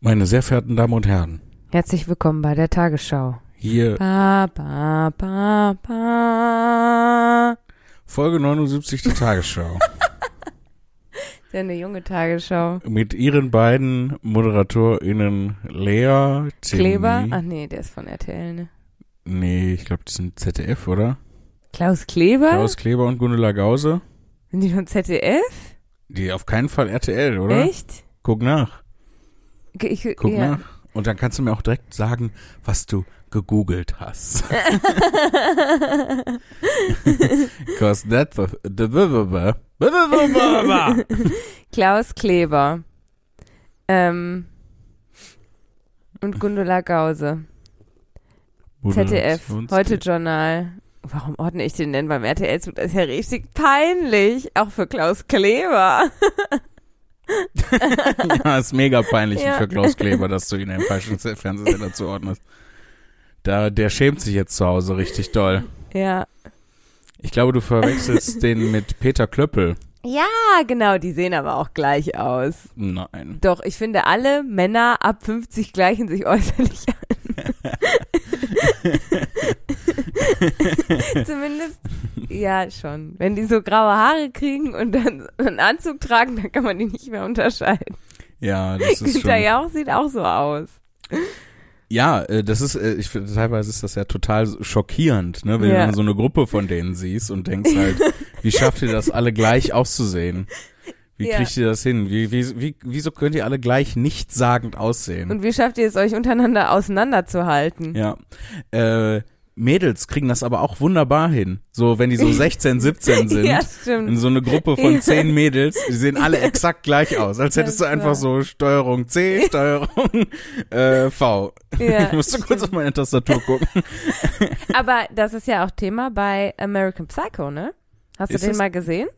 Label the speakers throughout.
Speaker 1: Meine sehr verehrten Damen und Herren,
Speaker 2: Herzlich willkommen bei der Tagesschau.
Speaker 1: hier
Speaker 2: Ba, ba, ba, ba.
Speaker 1: Folge 79 der Tagesschau
Speaker 2: Deine junge Tagesschau.
Speaker 1: mit ihren beiden ModeratorInnen Lea Timmy.
Speaker 2: Kleber? Ach nee, der ist von RTL, ne?
Speaker 1: Nee, ich glaube, das sind ZDF, oder?
Speaker 2: Klaus Kleber?
Speaker 1: Klaus Kleber und Gundula Gause.
Speaker 2: Sind die von ZDF?
Speaker 1: Die auf keinen Fall RTL, oder?
Speaker 2: Echt?
Speaker 1: Guck nach.
Speaker 2: Ge- Ich,
Speaker 1: Guck
Speaker 2: ja.
Speaker 1: nach. Und dann kannst du mir auch direkt sagen, was du gegoogelt hast. Cause that the, the, the, the, the, the, the, the,
Speaker 2: Klaus Kleber. Ähm. Und Gundula Gause.
Speaker 1: the.
Speaker 2: ZDF. Heute Journal. Warum ordne ich den denn beim RTL zu? Das ist ja richtig peinlich. Auch für Klaus Kleber.
Speaker 1: Ja, ist mega peinlich
Speaker 2: Ja.
Speaker 1: für Klaus Kleber, dass du ihn im falschen Se- Fernsehsender zuordnest. Da, der schämt sich jetzt zu Hause richtig doll.
Speaker 2: Ja.
Speaker 1: Ich glaube, du verwechselst den mit Peter Klöppel.
Speaker 2: Ja, genau, die sehen aber auch gleich aus.
Speaker 1: Nein.
Speaker 2: Doch, ich finde, alle Männer ab 50 gleichen sich äußerlich an. Zumindest, ja, schon. Wenn die so graue Haare kriegen und dann so einen Anzug tragen, dann kann man die nicht mehr unterscheiden.
Speaker 1: Ja, das ist
Speaker 2: Günther
Speaker 1: schon.
Speaker 2: Jauch sieht auch so aus.
Speaker 1: Ja, äh, das ist, äh, ich finde, teilweise ist das ja total schockierend, ne, wenn
Speaker 2: Ja.
Speaker 1: du dann so eine Gruppe von denen siehst und denkst halt, wie schafft ihr das alle gleich auszusehen? Wie
Speaker 2: Ja.
Speaker 1: kriegt ihr das hin? Wie, wie, wie, wieso könnt ihr alle gleich nichtssagend aussehen?
Speaker 2: Mhm. Und wie schafft ihr es, euch untereinander auseinanderzuhalten?
Speaker 1: Ja. Äh, Mädels kriegen das aber auch wunderbar hin. So, wenn die so 16, 17 sind.
Speaker 2: ja
Speaker 1: In
Speaker 2: stimmt.
Speaker 1: so eine Gruppe von
Speaker 2: Ja.
Speaker 1: zehn Mädels, die sehen alle exakt gleich aus. Als hättest du
Speaker 2: Das
Speaker 1: einfach
Speaker 2: war-
Speaker 1: so Steuerung C, Steuerung äh, V.
Speaker 2: Ja,
Speaker 1: ich musste kurz auf meine Tastatur gucken.
Speaker 2: Aber das ist ja auch Thema bei American Psycho, ne? Hast du
Speaker 1: Ist
Speaker 2: den
Speaker 1: es- Oh.
Speaker 2: mal gesehen?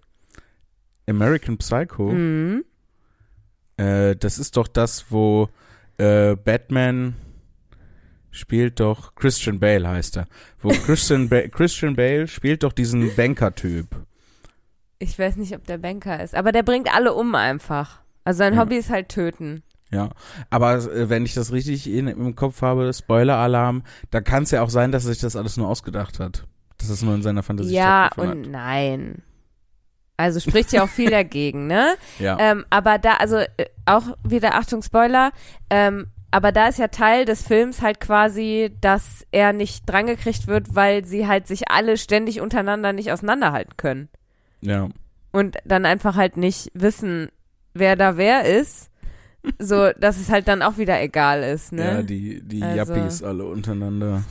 Speaker 1: American Psycho,
Speaker 2: Mhm.
Speaker 1: äh, das ist doch das, wo äh, Batman spielt doch, Christian Bale heißt er, wo Christian, ba Christian Bale spielt doch diesen Banker-Typ.
Speaker 2: Ich weiß nicht, ob der Banker ist, aber der bringt alle um einfach. Also sein
Speaker 1: Ja.
Speaker 2: Hobby ist halt töten.
Speaker 1: Ja, aber äh, wenn ich das richtig in, im Kopf habe, Spoiler-Alarm, da kann es ja auch sein, dass er sich das alles nur ausgedacht hat. Dass es nur in seiner Fantasie
Speaker 2: ja und
Speaker 1: stattgefunden
Speaker 2: nein. Also spricht ja auch viel dagegen, ne?
Speaker 1: hat. Ja,
Speaker 2: Ähm, aber da, also äh, auch wieder Achtung Spoiler, ähm, aber da ist ja Teil des Films halt quasi, dass er nicht drangekriegt wird, weil sie halt sich alle ständig untereinander nicht auseinanderhalten können.
Speaker 1: ja.
Speaker 2: und dann einfach halt nicht wissen, wer da wer ist, so dass es halt dann auch wieder egal ist, ne?
Speaker 1: ja, die, die
Speaker 2: Also-
Speaker 1: Yuppies alle untereinander.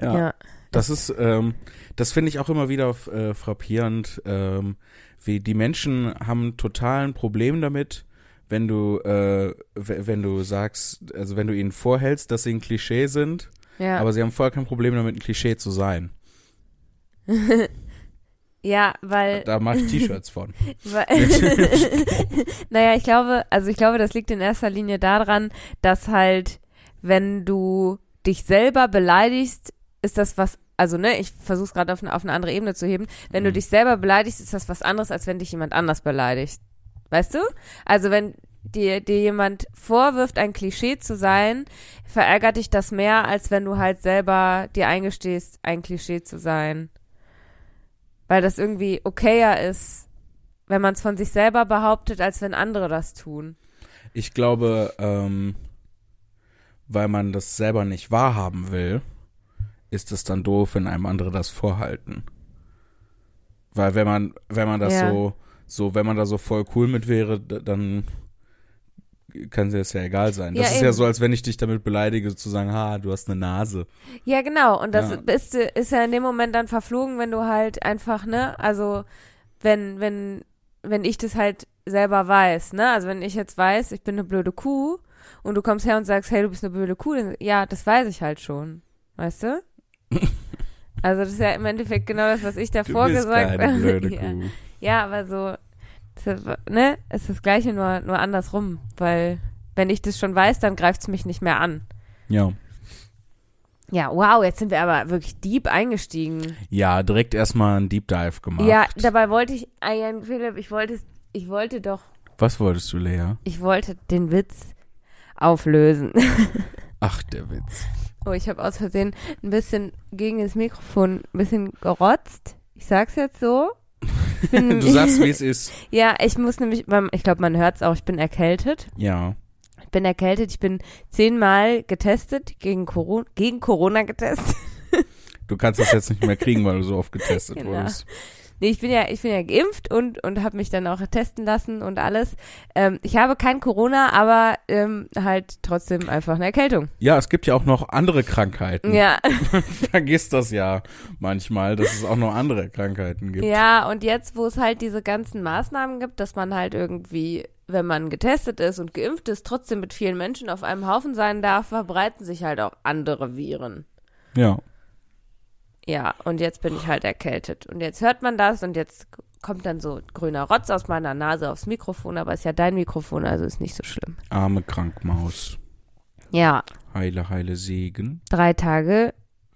Speaker 1: Ja,
Speaker 2: ja.
Speaker 1: das ist, ähm, das finde ich auch immer wieder f- äh, frappierend, ähm, wie die Menschen haben ein totalen Problem damit, wenn du, äh, w- wenn du sagst, also wenn du ihnen vorhältst, dass sie ein Klischee sind,
Speaker 2: Ja.
Speaker 1: aber sie haben voll kein Problem damit, ein Klischee zu sein.
Speaker 2: ja, weil,
Speaker 1: Da mache ich T-Shirts von.
Speaker 2: weil naja, ich glaube, also ich glaube, das liegt in erster Linie daran, dass halt, wenn du dich selber beleidigst, ist das was, also ne, ich versuche es gerade auf, eine- auf eine andere Ebene zu heben, wenn du
Speaker 1: Mhm.
Speaker 2: dich selber beleidigst, ist das was anderes, als wenn dich jemand anders beleidigt. Weißt du? Also wenn dir, dir jemand vorwirft, ein Klischee zu sein, verärgert dich das mehr, als wenn du halt selber dir eingestehst, ein Klischee zu sein. Weil das irgendwie okayer ist, wenn man es von sich selber behauptet, als wenn andere das tun.
Speaker 1: Ich glaube, ähm, weil man das selber nicht wahrhaben will, ist es dann doof, wenn einem andere das vorhalten. Weil wenn man, wenn man das
Speaker 2: Ja.
Speaker 1: so, so, wenn man da so voll cool mit wäre, d- dann kann es ja egal sein. Das
Speaker 2: Ja,
Speaker 1: ist ja
Speaker 2: eben.
Speaker 1: so, als wenn ich dich damit beleidige, zu sagen, ha, du hast eine Nase.
Speaker 2: Ja, genau. Und das
Speaker 1: Ja.
Speaker 2: Ist, ist ja in dem Moment dann verflogen, wenn du halt einfach, ne, also wenn, wenn, wenn ich das halt selber weiß, ne? Also wenn ich jetzt weiß, ich bin eine blöde Kuh und du kommst her und sagst, hey, du bist eine blöde Kuh, dann, ja, das weiß ich halt schon. Weißt du? Also das ist ja im Endeffekt genau das, was ich davor gesagt habe.
Speaker 1: keine blöde
Speaker 2: ja.
Speaker 1: Kuh.
Speaker 2: Ja, aber so, das, ne, ist das Gleiche, nur, nur andersrum, weil wenn ich das schon weiß, dann greift's mich nicht mehr an.
Speaker 1: Ja.
Speaker 2: Ja, wow, jetzt sind wir aber wirklich deep eingestiegen.
Speaker 1: ja, direkt erstmal einen Deep Dive gemacht.
Speaker 2: Ja, dabei wollte ich, ah, Jan Philipp, ich wollte, ich wollte doch,
Speaker 1: Was wolltest du, Lea?
Speaker 2: ich wollte den Witz auflösen.
Speaker 1: Ach, der Witz.
Speaker 2: Oh, ich habe aus Versehen ein bisschen gegen das Mikrofon ein bisschen gerotzt. Ich sag's jetzt so. Ich bin-
Speaker 1: Du sagst, wie es ist.
Speaker 2: ja, ich muss nämlich, man- ich glaube, man hört's auch, ich bin erkältet.
Speaker 1: Ja.
Speaker 2: Ich bin erkältet, ich bin zehnmal getestet, gegen Corona, gegen Corona getestet.
Speaker 1: Du kannst das jetzt nicht mehr kriegen, weil du so oft getestet
Speaker 2: Genau.
Speaker 1: wurdest.
Speaker 2: Nee, ich bin ja, ich bin ja geimpft und, und habe mich dann auch testen lassen und alles. Ähm, ich habe kein Corona, aber ähm, halt trotzdem einfach eine Erkältung.
Speaker 1: Ja, es gibt ja auch noch andere Krankheiten.
Speaker 2: Ja.
Speaker 1: Vergiss das ja manchmal, dass es auch noch andere Krankheiten gibt.
Speaker 2: Ja, und jetzt, wo es halt diese ganzen Maßnahmen gibt, dass man halt irgendwie, wenn man getestet ist und geimpft ist, trotzdem mit vielen Menschen auf einem Haufen sein darf, verbreiten sich halt auch andere Viren.
Speaker 1: Ja.
Speaker 2: Ja, und jetzt bin ich halt erkältet. Und jetzt hört man das und jetzt kommt dann so grüner Rotz aus meiner Nase aufs Mikrofon, aber ist ja dein Mikrofon, also ist nicht so schlimm.
Speaker 1: Arme Krankmaus.
Speaker 2: Ja,
Speaker 1: Heile, heile Segen.
Speaker 2: drei Tage,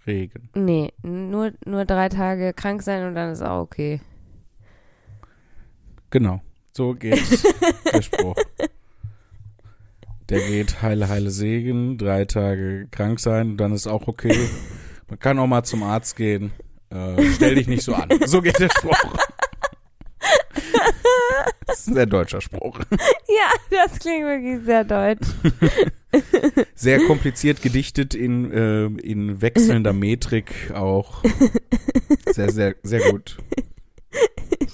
Speaker 1: Regen.
Speaker 2: nee, nur, nur drei Tage krank sein und dann ist auch okay.
Speaker 1: Genau. So geht der Spruch. Der geht heile, heile Segen. Drei Tage krank sein, dann ist auch okay. Man kann auch mal zum Arzt gehen. Äh, stell dich nicht so an. So geht der Spruch. Das ist ein sehr deutscher Spruch.
Speaker 2: Ja, das klingt wirklich sehr deutsch.
Speaker 1: Sehr kompliziert gedichtet in, äh, in wechselnder Metrik auch. Sehr, sehr, sehr gut.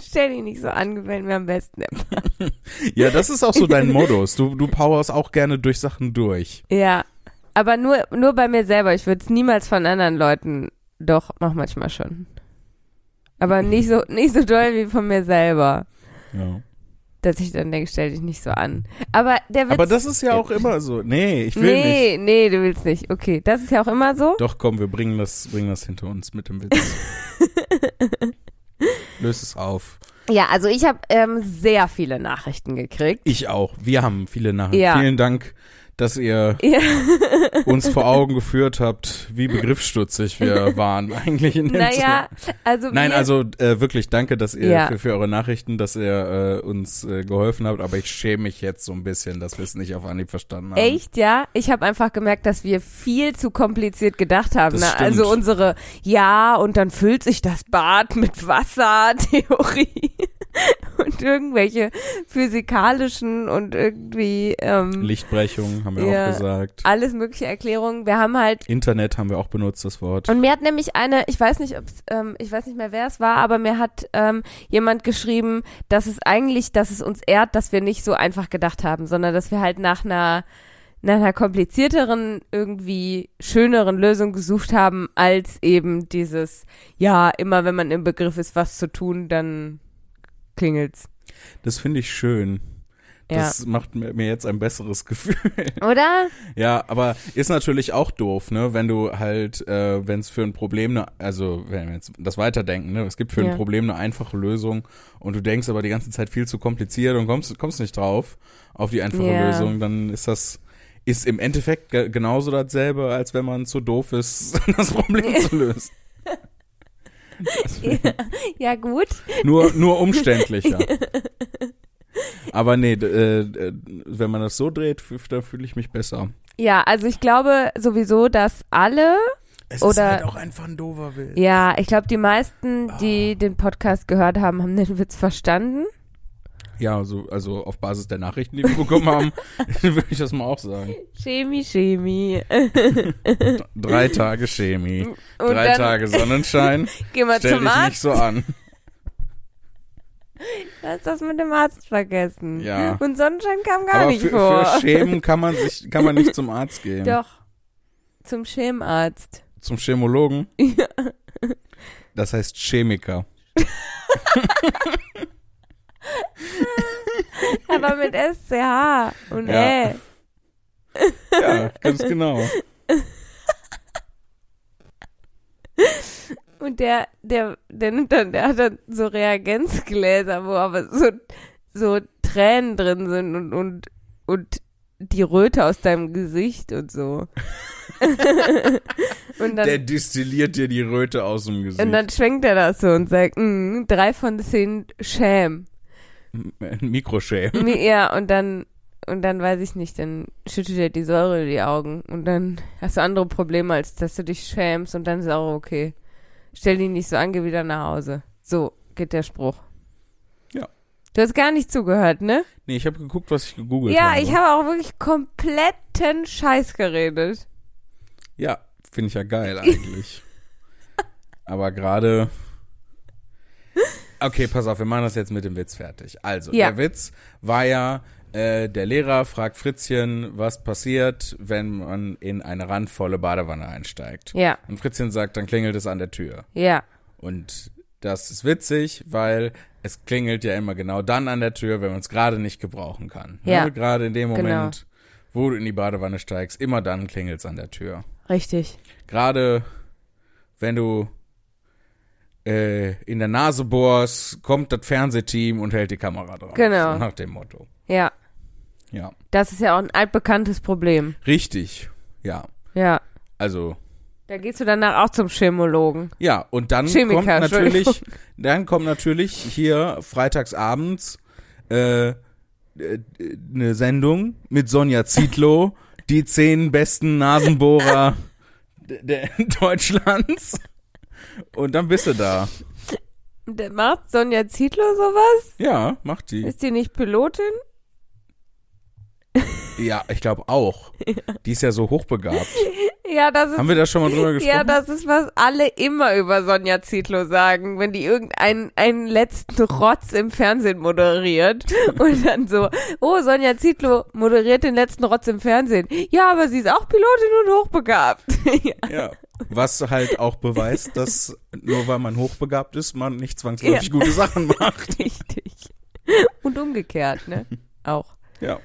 Speaker 2: Stell dich nicht so an, gefällt mir am besten.
Speaker 1: Ja, das ist auch so dein Modus. Du, du powerst auch gerne durch Sachen durch.
Speaker 2: Ja, aber nur, nur bei mir selber. Ich würde es niemals von anderen Leuten. Doch, mach manchmal schon. Aber nicht so, nicht so doll wie von mir selber.
Speaker 1: Ja.
Speaker 2: Dass ich dann denke, stell dich nicht so an. Aber der Witz.
Speaker 1: Aber das ist ja auch immer so. Nee, ich will nicht.
Speaker 2: nee, nee, du willst nicht. Okay, das ist ja auch immer so.
Speaker 1: Doch, komm, wir bringen das, bringen das hinter uns mit dem Witz. Löst es auf.
Speaker 2: Ja, also ich habe ähm, sehr viele Nachrichten gekriegt.
Speaker 1: Ich auch. Wir haben viele Nachrichten.
Speaker 2: Ja.
Speaker 1: Vielen Dank, dass ihr
Speaker 2: Ja.
Speaker 1: uns vor Augen geführt habt, wie begriffsstutzig wir waren eigentlich in dem
Speaker 2: Naja, also.
Speaker 1: Nein,
Speaker 2: mir-
Speaker 1: also äh, wirklich danke, dass ihr
Speaker 2: Ja.
Speaker 1: für, für eure Nachrichten, dass ihr äh, uns äh, geholfen habt, aber ich schäme mich jetzt so ein bisschen, dass wir es nicht auf Anhieb verstanden haben.
Speaker 2: Echt, ja? Ich habe einfach gemerkt, dass wir viel zu kompliziert gedacht haben.
Speaker 1: Das
Speaker 2: Ne?
Speaker 1: stimmt.
Speaker 2: Also unsere Ja und dann füllt sich das Bad mit Wasser Theorie und irgendwelche physikalischen und irgendwie ähm,
Speaker 1: Lichtbrechung haben wir
Speaker 2: Ja.
Speaker 1: auch gesagt.
Speaker 2: alles mögliche Erklärungen. Wir haben halt
Speaker 1: Internet haben wir auch benutzt, das Wort.
Speaker 2: und mir hat nämlich eine, ich weiß nicht, ob's, ähm, ich weiß nicht mehr, wer es war, aber mir hat ähm, jemand geschrieben, dass es eigentlich, dass es uns ehrt, dass wir nicht so einfach gedacht haben, sondern dass wir halt nach einer nach einer komplizierteren, irgendwie schöneren Lösung gesucht haben, als eben dieses, ja, immer wenn man im Begriff ist, was zu tun, dann klingelt's.
Speaker 1: Das finde ich schön.
Speaker 2: Ja.
Speaker 1: Das macht mir mir jetzt ein besseres Gefühl.
Speaker 2: Oder?
Speaker 1: ja, aber ist natürlich auch doof, ne? Wenn du halt, äh, wenn es für ein Problem, ne, also wenn wir jetzt das weiterdenken, ne? Es gibt für
Speaker 2: Ja.
Speaker 1: ein Problem eine einfache Lösung und du denkst aber die ganze Zeit viel zu kompliziert und kommst, kommst nicht drauf auf die einfache
Speaker 2: Ja.
Speaker 1: Lösung, dann ist das ist im Endeffekt ge genauso dasselbe, als wenn man zu doof ist, das Problem zu lösen.
Speaker 2: Ja, gut.
Speaker 1: Nur, nur umständlicher. Aber nee, d- äh, d- wenn man das so dreht, f- da fühle ich mich besser.
Speaker 2: Ja, also ich glaube sowieso, dass alle
Speaker 1: Es
Speaker 2: ist Oder- halt
Speaker 1: auch einfach ein doofer Witz. Ah.
Speaker 2: Ja, ich glaube, die meisten, die den Podcast gehört haben, haben den Witz verstanden.
Speaker 1: Ja, also, also auf Basis der Nachrichten, die wir bekommen haben, würde ich das mal auch sagen.
Speaker 2: Chemie, Chemie.
Speaker 1: Drei Tage Chemie,
Speaker 2: Und
Speaker 1: drei
Speaker 2: dann
Speaker 1: Tage Sonnenschein,
Speaker 2: Gehen wir
Speaker 1: stell
Speaker 2: zum
Speaker 1: dich
Speaker 2: Arzt.
Speaker 1: nicht so an.
Speaker 2: Du hast das mit dem Arzt vergessen.
Speaker 1: Ja.
Speaker 2: Und Sonnenschein kam gar
Speaker 1: Aber
Speaker 2: nicht
Speaker 1: für,
Speaker 2: vor.
Speaker 1: für Schämen kann man, sich, kann man nicht zum Arzt gehen.
Speaker 2: Doch. Zum Schemarzt.
Speaker 1: Zum Chemologen,
Speaker 2: Ja.
Speaker 1: das heißt Chemiker.
Speaker 2: Aber mit SCH und
Speaker 1: Ja.
Speaker 2: Ä.
Speaker 1: Ja, ganz genau.
Speaker 2: Und der, der, der nimmt dann, der hat dann so Reagenzgläser, wo aber so, so Tränen drin sind und, und, und die Röte aus deinem Gesicht und so. und
Speaker 1: Der
Speaker 2: dann,
Speaker 1: destilliert dir die Röte aus dem Gesicht.
Speaker 2: und dann schwenkt er das so und sagt, mm, drei von zehn Schäm.
Speaker 1: Mikroschämen.
Speaker 2: Mi- ja, und dann, und dann weiß ich nicht, dann schüttet dir die Säure in die Augen und dann hast du andere Probleme, als dass du dich schämst und dann ist auch okay. Stell dich nicht so an, geh wieder nach Hause. So geht der Spruch.
Speaker 1: Ja.
Speaker 2: Du hast gar nicht zugehört, ne?
Speaker 1: Nee, ich habe geguckt, was ich gegoogelt
Speaker 2: ja,
Speaker 1: habe.
Speaker 2: ich habe auch wirklich kompletten Scheiß geredet.
Speaker 1: Ja, finde ich ja geil eigentlich. Aber gerade. Okay, pass auf, wir machen das jetzt mit dem Witz fertig. Also,
Speaker 2: Ja.
Speaker 1: der Witz war ja, äh, der Lehrer fragt Fritzchen, was passiert, wenn man in eine randvolle Badewanne einsteigt.
Speaker 2: Ja,
Speaker 1: Und Fritzchen sagt, dann klingelt es an der Tür.
Speaker 2: ja,
Speaker 1: Und das ist witzig, weil es klingelt ja immer genau dann an der Tür, wenn man es gerade nicht gebrauchen kann.
Speaker 2: Ja.
Speaker 1: Ne? Gerade in dem
Speaker 2: Genau.
Speaker 1: Moment, wo du in die Badewanne steigst, immer dann klingelt es an der Tür
Speaker 2: richtig.
Speaker 1: gerade wenn du äh, in der Nase bohrst, kommt das Fernsehteam und hält die Kamera dran.
Speaker 2: Genau.
Speaker 1: So nach dem Motto.
Speaker 2: Ja,
Speaker 1: Ja.
Speaker 2: das ist ja auch ein altbekanntes Problem.
Speaker 1: Richtig. Ja.
Speaker 2: Ja,
Speaker 1: Also,
Speaker 2: da gehst du danach auch zum Chemologen.
Speaker 1: ja, und dann
Speaker 2: Chemiker,
Speaker 1: kommt natürlich, dann kommt natürlich hier freitagsabends äh, äh, eine Sendung mit Sonja Zietlow, die zehn besten Nasenbohrer de- de- Deutschlands. Und dann bist du da.
Speaker 2: Der macht Sonja Zietlow sowas?
Speaker 1: Ja, macht die.
Speaker 2: Ist die nicht Pilotin?
Speaker 1: Ja, ich glaube auch. Die ist ja so hochbegabt.
Speaker 2: Ja, das ist
Speaker 1: Haben wir da schon mal drüber gesprochen?
Speaker 2: Ja, das ist, was alle immer über Sonja Zietlow sagen, wenn die irgendeinen einen letzten Rotz im Fernsehen moderiert und dann so, oh, Sonja Zietlow moderiert den letzten Rotz im Fernsehen. Ja, aber sie ist auch Pilotin und hochbegabt. ja,
Speaker 1: ja. Was halt auch beweist, dass nur weil man hochbegabt ist, man nicht zwangsläufig
Speaker 2: Ja.
Speaker 1: gute Sachen macht.
Speaker 2: richtig. Und umgekehrt, ne? Auch.
Speaker 1: Ja.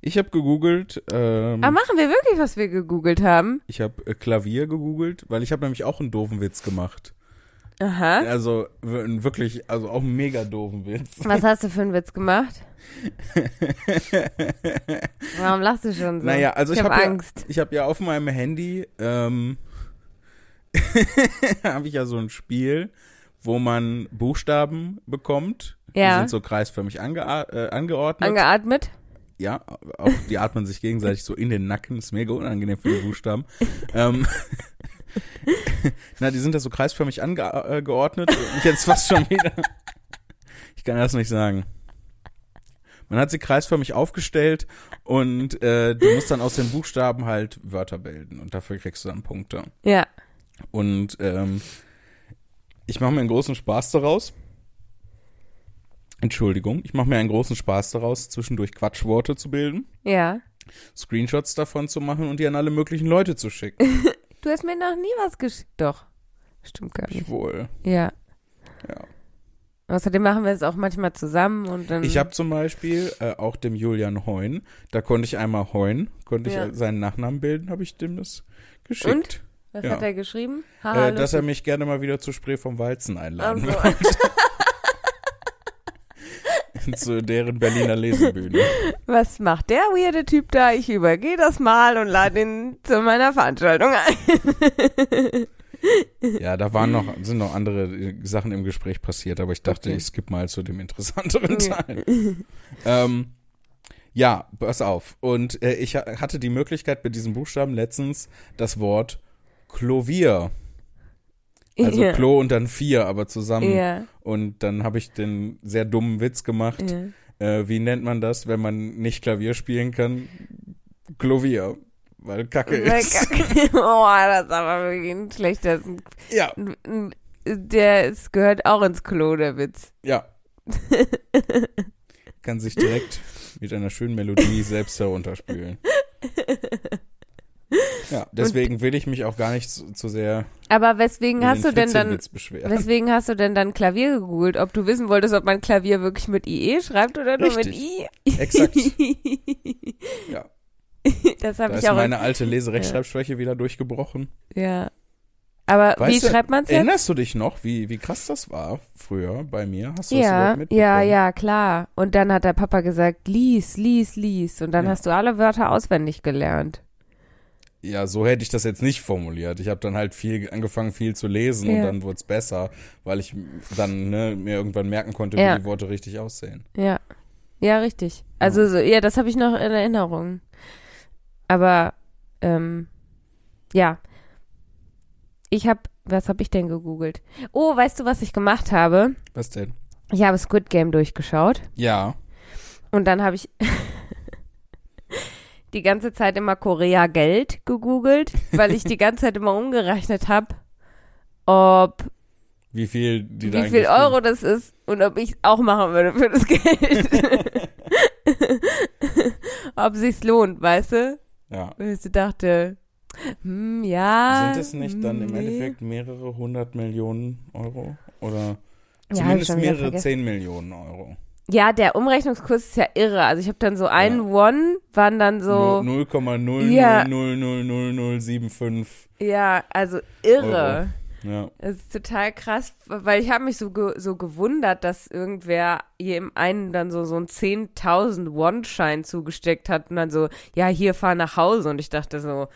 Speaker 1: Ich habe gegoogelt, ähm,
Speaker 2: Aber Ah, machen wir wirklich, was wir gegoogelt haben?
Speaker 1: ich habe äh, Klavier gegoogelt, weil ich habe nämlich auch einen doofen Witz gemacht.
Speaker 2: Aha.
Speaker 1: Also w- einen wirklich, also auch einen mega doofen Witz.
Speaker 2: Was hast du für einen Witz gemacht? Warum lachst du schon so?
Speaker 1: Naja, also ich
Speaker 2: ich habe
Speaker 1: hab ja-
Speaker 2: Angst.
Speaker 1: Ich habe ja auf meinem Handy, ähm, habe ich ja so ein Spiel, wo man Buchstaben bekommt. Die
Speaker 2: Ja.
Speaker 1: sind so kreisförmig ange äh, angeordnet.
Speaker 2: Angeatmet?
Speaker 1: ja, auch die atmen sich gegenseitig so in den Nacken. Ist mega unangenehm für die Buchstaben. ähm, na, die sind da so kreisförmig angeordnet. Jetzt fast schon wieder. Ich kann das nicht sagen. Man hat sie kreisförmig aufgestellt und äh, du musst dann aus den Buchstaben halt Wörter bilden und dafür kriegst du dann Punkte.
Speaker 2: Ja.
Speaker 1: Und ähm, ich mache mir einen großen Spaß daraus. Entschuldigung, ich mache mir einen großen Spaß daraus, zwischendurch Quatschworte zu bilden,
Speaker 2: Ja.
Speaker 1: Screenshots davon zu machen und die an alle möglichen Leute zu schicken.
Speaker 2: Du hast mir noch nie was geschickt. Doch. Stimmt gar nicht.
Speaker 1: Ich wohl.
Speaker 2: Ja.
Speaker 1: Ja.
Speaker 2: Außerdem machen wir es auch manchmal zusammen und dann.
Speaker 1: Ich habe zum Beispiel äh, auch dem Julian Heun, da konnte ich einmal Heun, konnte ich
Speaker 2: Ja.
Speaker 1: äh, seinen Nachnamen bilden, habe ich dem das geschickt.
Speaker 2: Was
Speaker 1: ja.
Speaker 2: hat er geschrieben? Haha,
Speaker 1: Äh, dass er
Speaker 2: Ah, lustig.
Speaker 1: mich gerne mal wieder zu Spree vom Walzen einladen
Speaker 2: Also, Also.
Speaker 1: will, zu deren Berliner Lesebühne.
Speaker 2: was macht der weirde Typ da? Ich übergehe das mal und lade ihn zu meiner Veranstaltung ein.
Speaker 1: Ja, da waren noch, sind noch andere äh, Sachen im Gespräch passiert, aber ich dachte,
Speaker 2: Okay.
Speaker 1: ich skippe mal zu dem interessanteren Teil. ähm, ja, pass auf. Und äh, ich ha- hatte die Möglichkeit bei diesem Buchstaben letztens das Wort Klovier. Also
Speaker 2: ja.
Speaker 1: Klo und dann vier, aber zusammen.
Speaker 2: Ja,
Speaker 1: Und dann habe ich den sehr dummen Witz gemacht.
Speaker 2: ja.
Speaker 1: Äh, wie nennt man das, wenn man nicht Klavier spielen kann? Klovier. Weil Kacke
Speaker 2: Weil-
Speaker 1: ist.
Speaker 2: oh, das ist aber wirklich ein schlechter.
Speaker 1: Ja,
Speaker 2: Der es gehört auch ins Klo, der Witz.
Speaker 1: Ja. Kann sich direkt mit einer schönen Melodie selbst herunterspülen. Ja, deswegen will ich mich auch gar nicht zu, zu sehr
Speaker 2: Aber weswegen
Speaker 1: über
Speaker 2: hast du
Speaker 1: den
Speaker 2: denn dann
Speaker 1: Fritzchenwitz beschweren.
Speaker 2: Weswegen hast du denn dann Klavier gegoogelt? Ob du wissen wolltest, ob man Klavier wirklich mit IE schreibt oder nur mit I?
Speaker 1: Exakt. Ja.
Speaker 2: Das
Speaker 1: Da
Speaker 2: habe
Speaker 1: ist
Speaker 2: ich auch.
Speaker 1: meine alte Leserechtschreibschwäche wieder durchgebrochen.
Speaker 2: ja. Aber
Speaker 1: Weißt
Speaker 2: wie
Speaker 1: du,
Speaker 2: schreibt man es jetzt?
Speaker 1: Erinnerst du dich noch, wie, wie krass das war früher bei mir? Hast du das
Speaker 2: Ja,
Speaker 1: überhaupt mitbekommen?
Speaker 2: ja, ja, klar. Und dann hat der Papa gesagt, lies, lies, lies. Und dann
Speaker 1: Ja.
Speaker 2: hast du alle Wörter auswendig gelernt.
Speaker 1: Ja, so hätte ich das jetzt nicht formuliert. Ich habe dann halt viel angefangen, viel zu lesen und
Speaker 2: Ja.
Speaker 1: dann wurde es besser, weil ich dann ne, mir irgendwann merken konnte,
Speaker 2: Ja.
Speaker 1: wie die Worte richtig aussehen.
Speaker 2: Ja. Ja, richtig. Also so, ja, das habe ich noch in Erinnerung. Aber ähm, ja, ich habe, was habe ich denn gegoogelt? Oh, weißt du, was ich gemacht habe?
Speaker 1: Was denn?
Speaker 2: Ich habe Squid Game durchgeschaut
Speaker 1: Ja.
Speaker 2: und dann habe ich die ganze Zeit immer Korea Geld gegoogelt, weil ich die ganze Zeit immer umgerechnet habe, ob
Speaker 1: Wie viel die da
Speaker 2: wie viel
Speaker 1: eigentlich-
Speaker 2: Euro das ist und ob ich auch machen würde für das Geld. ob sich's lohnt, weißt du?
Speaker 1: Ja.
Speaker 2: Weil ich so dachte, hm, ja.
Speaker 1: Sind es nicht dann im
Speaker 2: hm, nee.
Speaker 1: Endeffekt mehrere hundert Millionen Euro? Oder
Speaker 2: Ja, hab ich
Speaker 1: zumindest
Speaker 2: schon wieder
Speaker 1: mehrere
Speaker 2: vergessen.
Speaker 1: zehn Millionen Euro?
Speaker 2: Ja, der Umrechnungskurs ist ja irre. Also ich habe dann so einen One, waren dann so,
Speaker 1: Null- 0,0000075.
Speaker 2: ja, also
Speaker 1: Euro.
Speaker 2: irre.
Speaker 1: Ja.
Speaker 2: Das ist total krass, weil ich habe mich so, ge so gewundert, dass irgendwer jedem einen dann so, so einen 10.000 One-Schein zugesteckt hat und dann so, ja, hier fahr nach Hause. Und ich dachte so,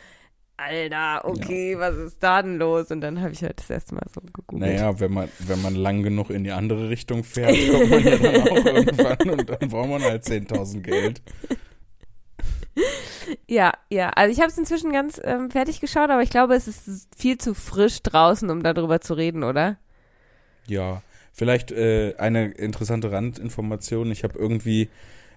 Speaker 2: Alter, okay, was ist da denn los? Und dann habe ich halt das erste Mal so gegoogelt.
Speaker 1: Naja, wenn man, wenn man lang genug in die andere Richtung fährt, kommt man ja dann auch irgendwann und dann braucht man halt 10.000 Geld.
Speaker 2: Ja, ja, also ich habe es inzwischen ganz ähm, fertig geschaut, aber ich glaube, es ist viel zu frisch draußen, um darüber zu reden, oder?
Speaker 1: Ja, vielleicht äh, eine interessante Randinformation. Ich habe irgendwie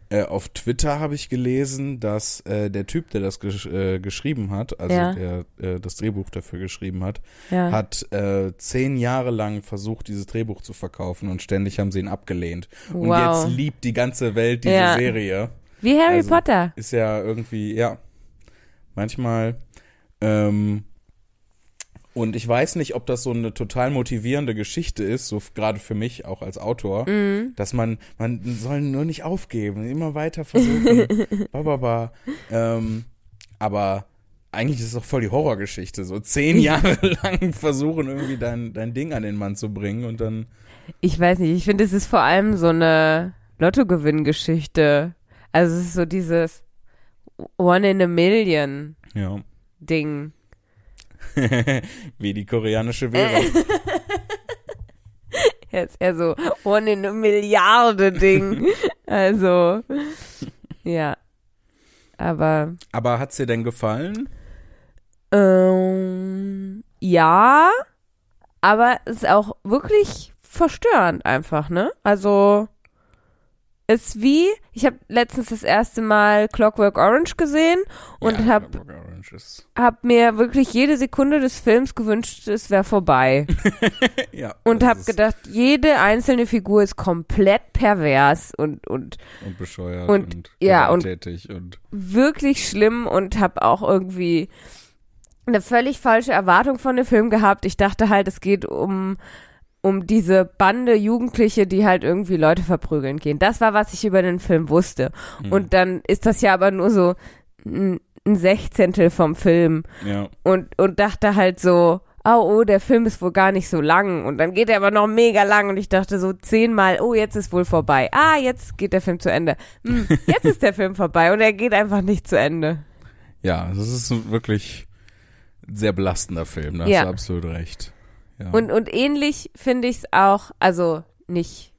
Speaker 1: äh, auf Twitter habe ich gelesen, dass äh, der Typ, der das gesch äh, geschrieben hat, also
Speaker 2: Ja.
Speaker 1: der äh, das Drehbuch dafür geschrieben hat,
Speaker 2: Ja.
Speaker 1: hat äh, zehn Jahre lang versucht, dieses Drehbuch zu verkaufen und ständig haben sie ihn abgelehnt. Und
Speaker 2: Wow.
Speaker 1: jetzt liebt die ganze Welt diese
Speaker 2: Ja.
Speaker 1: Serie.
Speaker 2: Wie Harry
Speaker 1: also-
Speaker 2: Potter.
Speaker 1: Ist ja irgendwie, ja, manchmal. Ähm, und ich weiß nicht, ob das so eine total motivierende Geschichte ist, so f- gerade für mich auch als Autor, dass man, man soll nur nicht aufgeben, immer weiter versuchen. ba, ba, ba. Ähm, aber eigentlich ist es doch voll die Horrorgeschichte, so zehn Jahre lang versuchen, irgendwie dein, dein Ding an den Mann zu bringen und dann,
Speaker 2: Ich weiß nicht, ich finde, es ist vor allem so eine Lottogewinngeschichte. Also es ist so dieses One in a Million
Speaker 1: ja,
Speaker 2: Ding.
Speaker 1: wie die koreanische Währung.
Speaker 2: Jetzt eher so One in a Milliarde Ding. also ja. Aber
Speaker 1: Aber hat's dir denn gefallen?
Speaker 2: ähm, ja, aber es ist auch wirklich verstörend einfach, ne? Also ist wie, ich habe letztens das erste Mal Clockwork Orange gesehen und
Speaker 1: ja,
Speaker 2: habe
Speaker 1: Clockwork Orange ist-
Speaker 2: hab mir wirklich jede Sekunde des Films gewünscht, es wäre vorbei.
Speaker 1: Ja.
Speaker 2: Und
Speaker 1: das
Speaker 2: hab
Speaker 1: ist-
Speaker 2: gedacht, jede einzelne Figur ist komplett pervers und, und
Speaker 1: Und bescheuert und,
Speaker 2: und- ja, und-
Speaker 1: gewalttätig und,
Speaker 2: wirklich schlimm und hab auch irgendwie eine völlig falsche Erwartung von dem Film gehabt. Ich dachte halt, es geht um, um diese Bande Jugendliche, die halt irgendwie Leute verprügeln gehen. Das war, was ich über den Film wusste.
Speaker 1: Mhm.
Speaker 2: Und dann ist das ja aber nur so ein, ein Sechzehntel vom Film.
Speaker 1: ja.
Speaker 2: und, und dachte halt so, oh, oh, der Film ist wohl gar nicht so lang. Und dann geht er aber noch mega lang und ich dachte so zehnmal, oh, jetzt ist wohl vorbei. Ah, jetzt geht der Film zu Ende. Hm, jetzt ist der Film vorbei und er geht einfach nicht zu Ende.
Speaker 1: Ja, das ist ein wirklich sehr belastender Film, da
Speaker 2: Ja.
Speaker 1: hast du absolut recht. Ja.
Speaker 2: Und, und ähnlich finde ich es auch, also nicht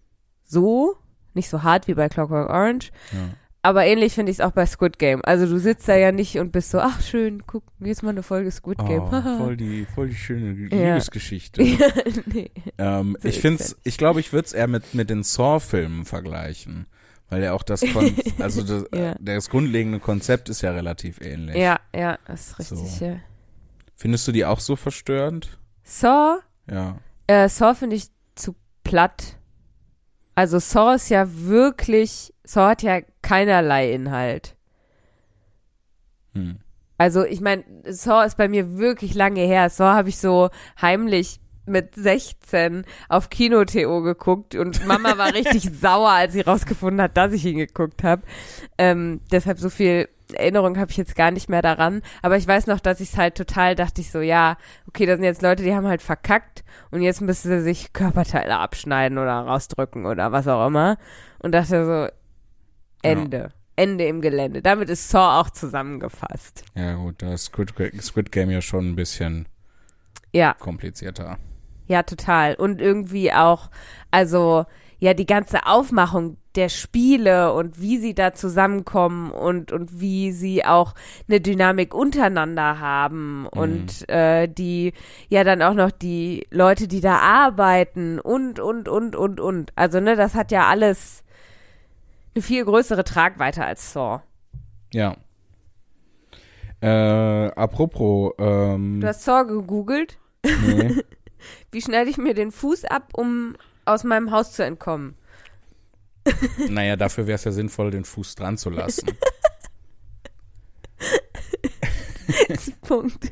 Speaker 2: so, nicht so hart wie bei Clockwork Orange,
Speaker 1: Ja.
Speaker 2: aber ähnlich finde ich es auch bei Squid Game. Also du sitzt da ja nicht und bist so, ach schön, guck, jetzt mal eine Folge Squid Game.
Speaker 1: oh, voll die, voll die schöne
Speaker 2: Ja.
Speaker 1: Liebesgeschichte.
Speaker 2: nee.
Speaker 1: Ähm,
Speaker 2: So
Speaker 1: ich
Speaker 2: ist
Speaker 1: find's, ich glaube, ich würde es eher mit, mit den Saw-Filmen vergleichen. Weil ja auch das, Kon also das,
Speaker 2: Ja.
Speaker 1: das grundlegende Konzept ist ja relativ ähnlich.
Speaker 2: Ja, ja, das ist richtig.
Speaker 1: So.
Speaker 2: Ja.
Speaker 1: Findest du die auch so verstörend?
Speaker 2: So,
Speaker 1: Ja.
Speaker 2: Äh, Saw finde ich zu platt. Also Saw ist ja wirklich, Saw hat ja keinerlei Inhalt.
Speaker 1: Hm.
Speaker 2: Also ich meine, Saw ist bei mir wirklich lange her. Saw habe ich so heimlich mit 16 auf Kino-TO geguckt und Mama war richtig sauer, als sie rausgefunden hat, dass ich ihn geguckt habe. Ähm, deshalb so viel Erinnerung habe ich jetzt gar nicht mehr daran. Aber ich weiß noch, dass ich es halt total dachte ich so, ja, okay, das sind jetzt Leute, die haben halt verkackt und jetzt müssen sie sich Körperteile abschneiden oder rausdrücken oder was auch immer. Und dachte so, Ende. Ende im Gelände. Damit ist Saw auch zusammengefasst.
Speaker 1: Ja, gut, da ist Squid, Squid Game ja schon ein bisschen
Speaker 2: Ja,
Speaker 1: komplizierter.
Speaker 2: ja, total. Und irgendwie auch, also ja die ganze Aufmachung der Spiele und wie sie da zusammenkommen und, und wie sie auch eine Dynamik untereinander haben und äh, die ja dann auch noch die Leute, die da arbeiten und, und, und, und, und. Also, ne, das hat ja alles eine viel größere Tragweite als Saw.
Speaker 1: Ja. Äh, apropos, ähm,
Speaker 2: Du hast Saw gegoogelt,
Speaker 1: nee.
Speaker 2: wie schneide ich mir den Fuß ab, um aus meinem Haus zu entkommen.
Speaker 1: Naja, dafür wäre es ja sinnvoll, den Fuß dran zu lassen.
Speaker 2: Punkt.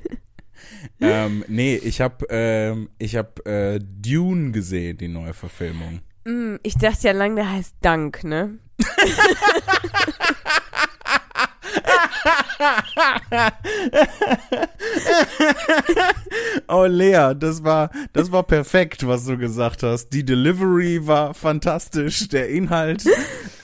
Speaker 1: ähm, nee, ich habe ähm, ich hab, äh, Dune gesehen, die neue Verfilmung.
Speaker 2: Mm, ich dachte ja lang, der heißt Dank, ne?
Speaker 1: Oh Lea, das war, das war perfekt, was du gesagt hast. Die Delivery war fantastisch, der Inhalt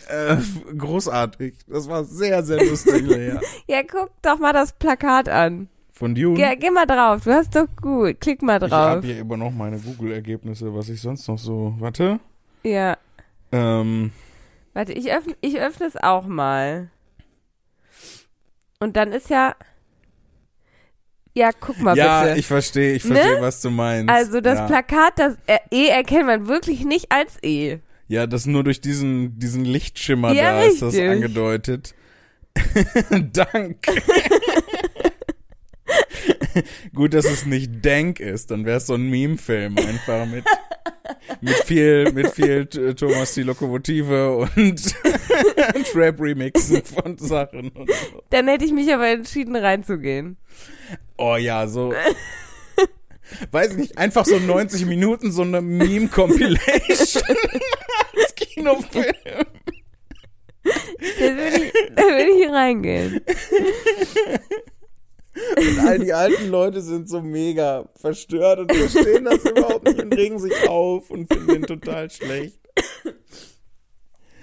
Speaker 1: äh, großartig. Das war sehr, sehr lustig, Lea.
Speaker 2: Ja, guck doch mal das Plakat an.
Speaker 1: Von Dune.
Speaker 2: Geh, geh mal drauf, du hast doch gut. Klick mal
Speaker 1: ich habe
Speaker 2: drauf.
Speaker 1: hier immer noch meine Google-Ergebnisse, was ich sonst noch so. Warte.
Speaker 2: Ja.
Speaker 1: Ähm,
Speaker 2: Warte, ich öffne, ich öffne es auch mal. Und dann ist ja. Ja, guck mal
Speaker 1: ja,
Speaker 2: bitte.
Speaker 1: ich verstehe, ich
Speaker 2: Ne?
Speaker 1: verstehe, was du meinst.
Speaker 2: also das
Speaker 1: ja.
Speaker 2: Plakat, das äh, E erkennt man wirklich nicht als E.
Speaker 1: Ja, das nur durch diesen, diesen Lichtschimmer
Speaker 2: Ja,
Speaker 1: da ist das
Speaker 2: richtig.
Speaker 1: angedeutet. Dank. Gut, dass es nicht Dank ist, dann wäre es so ein Meme-Film einfach mit, mit viel, mit viel äh, Thomas die Lokomotive und Trap-Remixen von Sachen und so.
Speaker 2: Dann hätte ich mich aber entschieden reinzugehen.
Speaker 1: Oh ja, so. Weiß nicht, einfach so 90 Minuten so eine Meme-Compilation als Kinofilm.
Speaker 2: Dann würde ich, dann würde ich reingehen.
Speaker 1: All die alten Leute sind so mega verstört und verstehen das überhaupt nicht und regen sich auf und finden ihn total schlecht.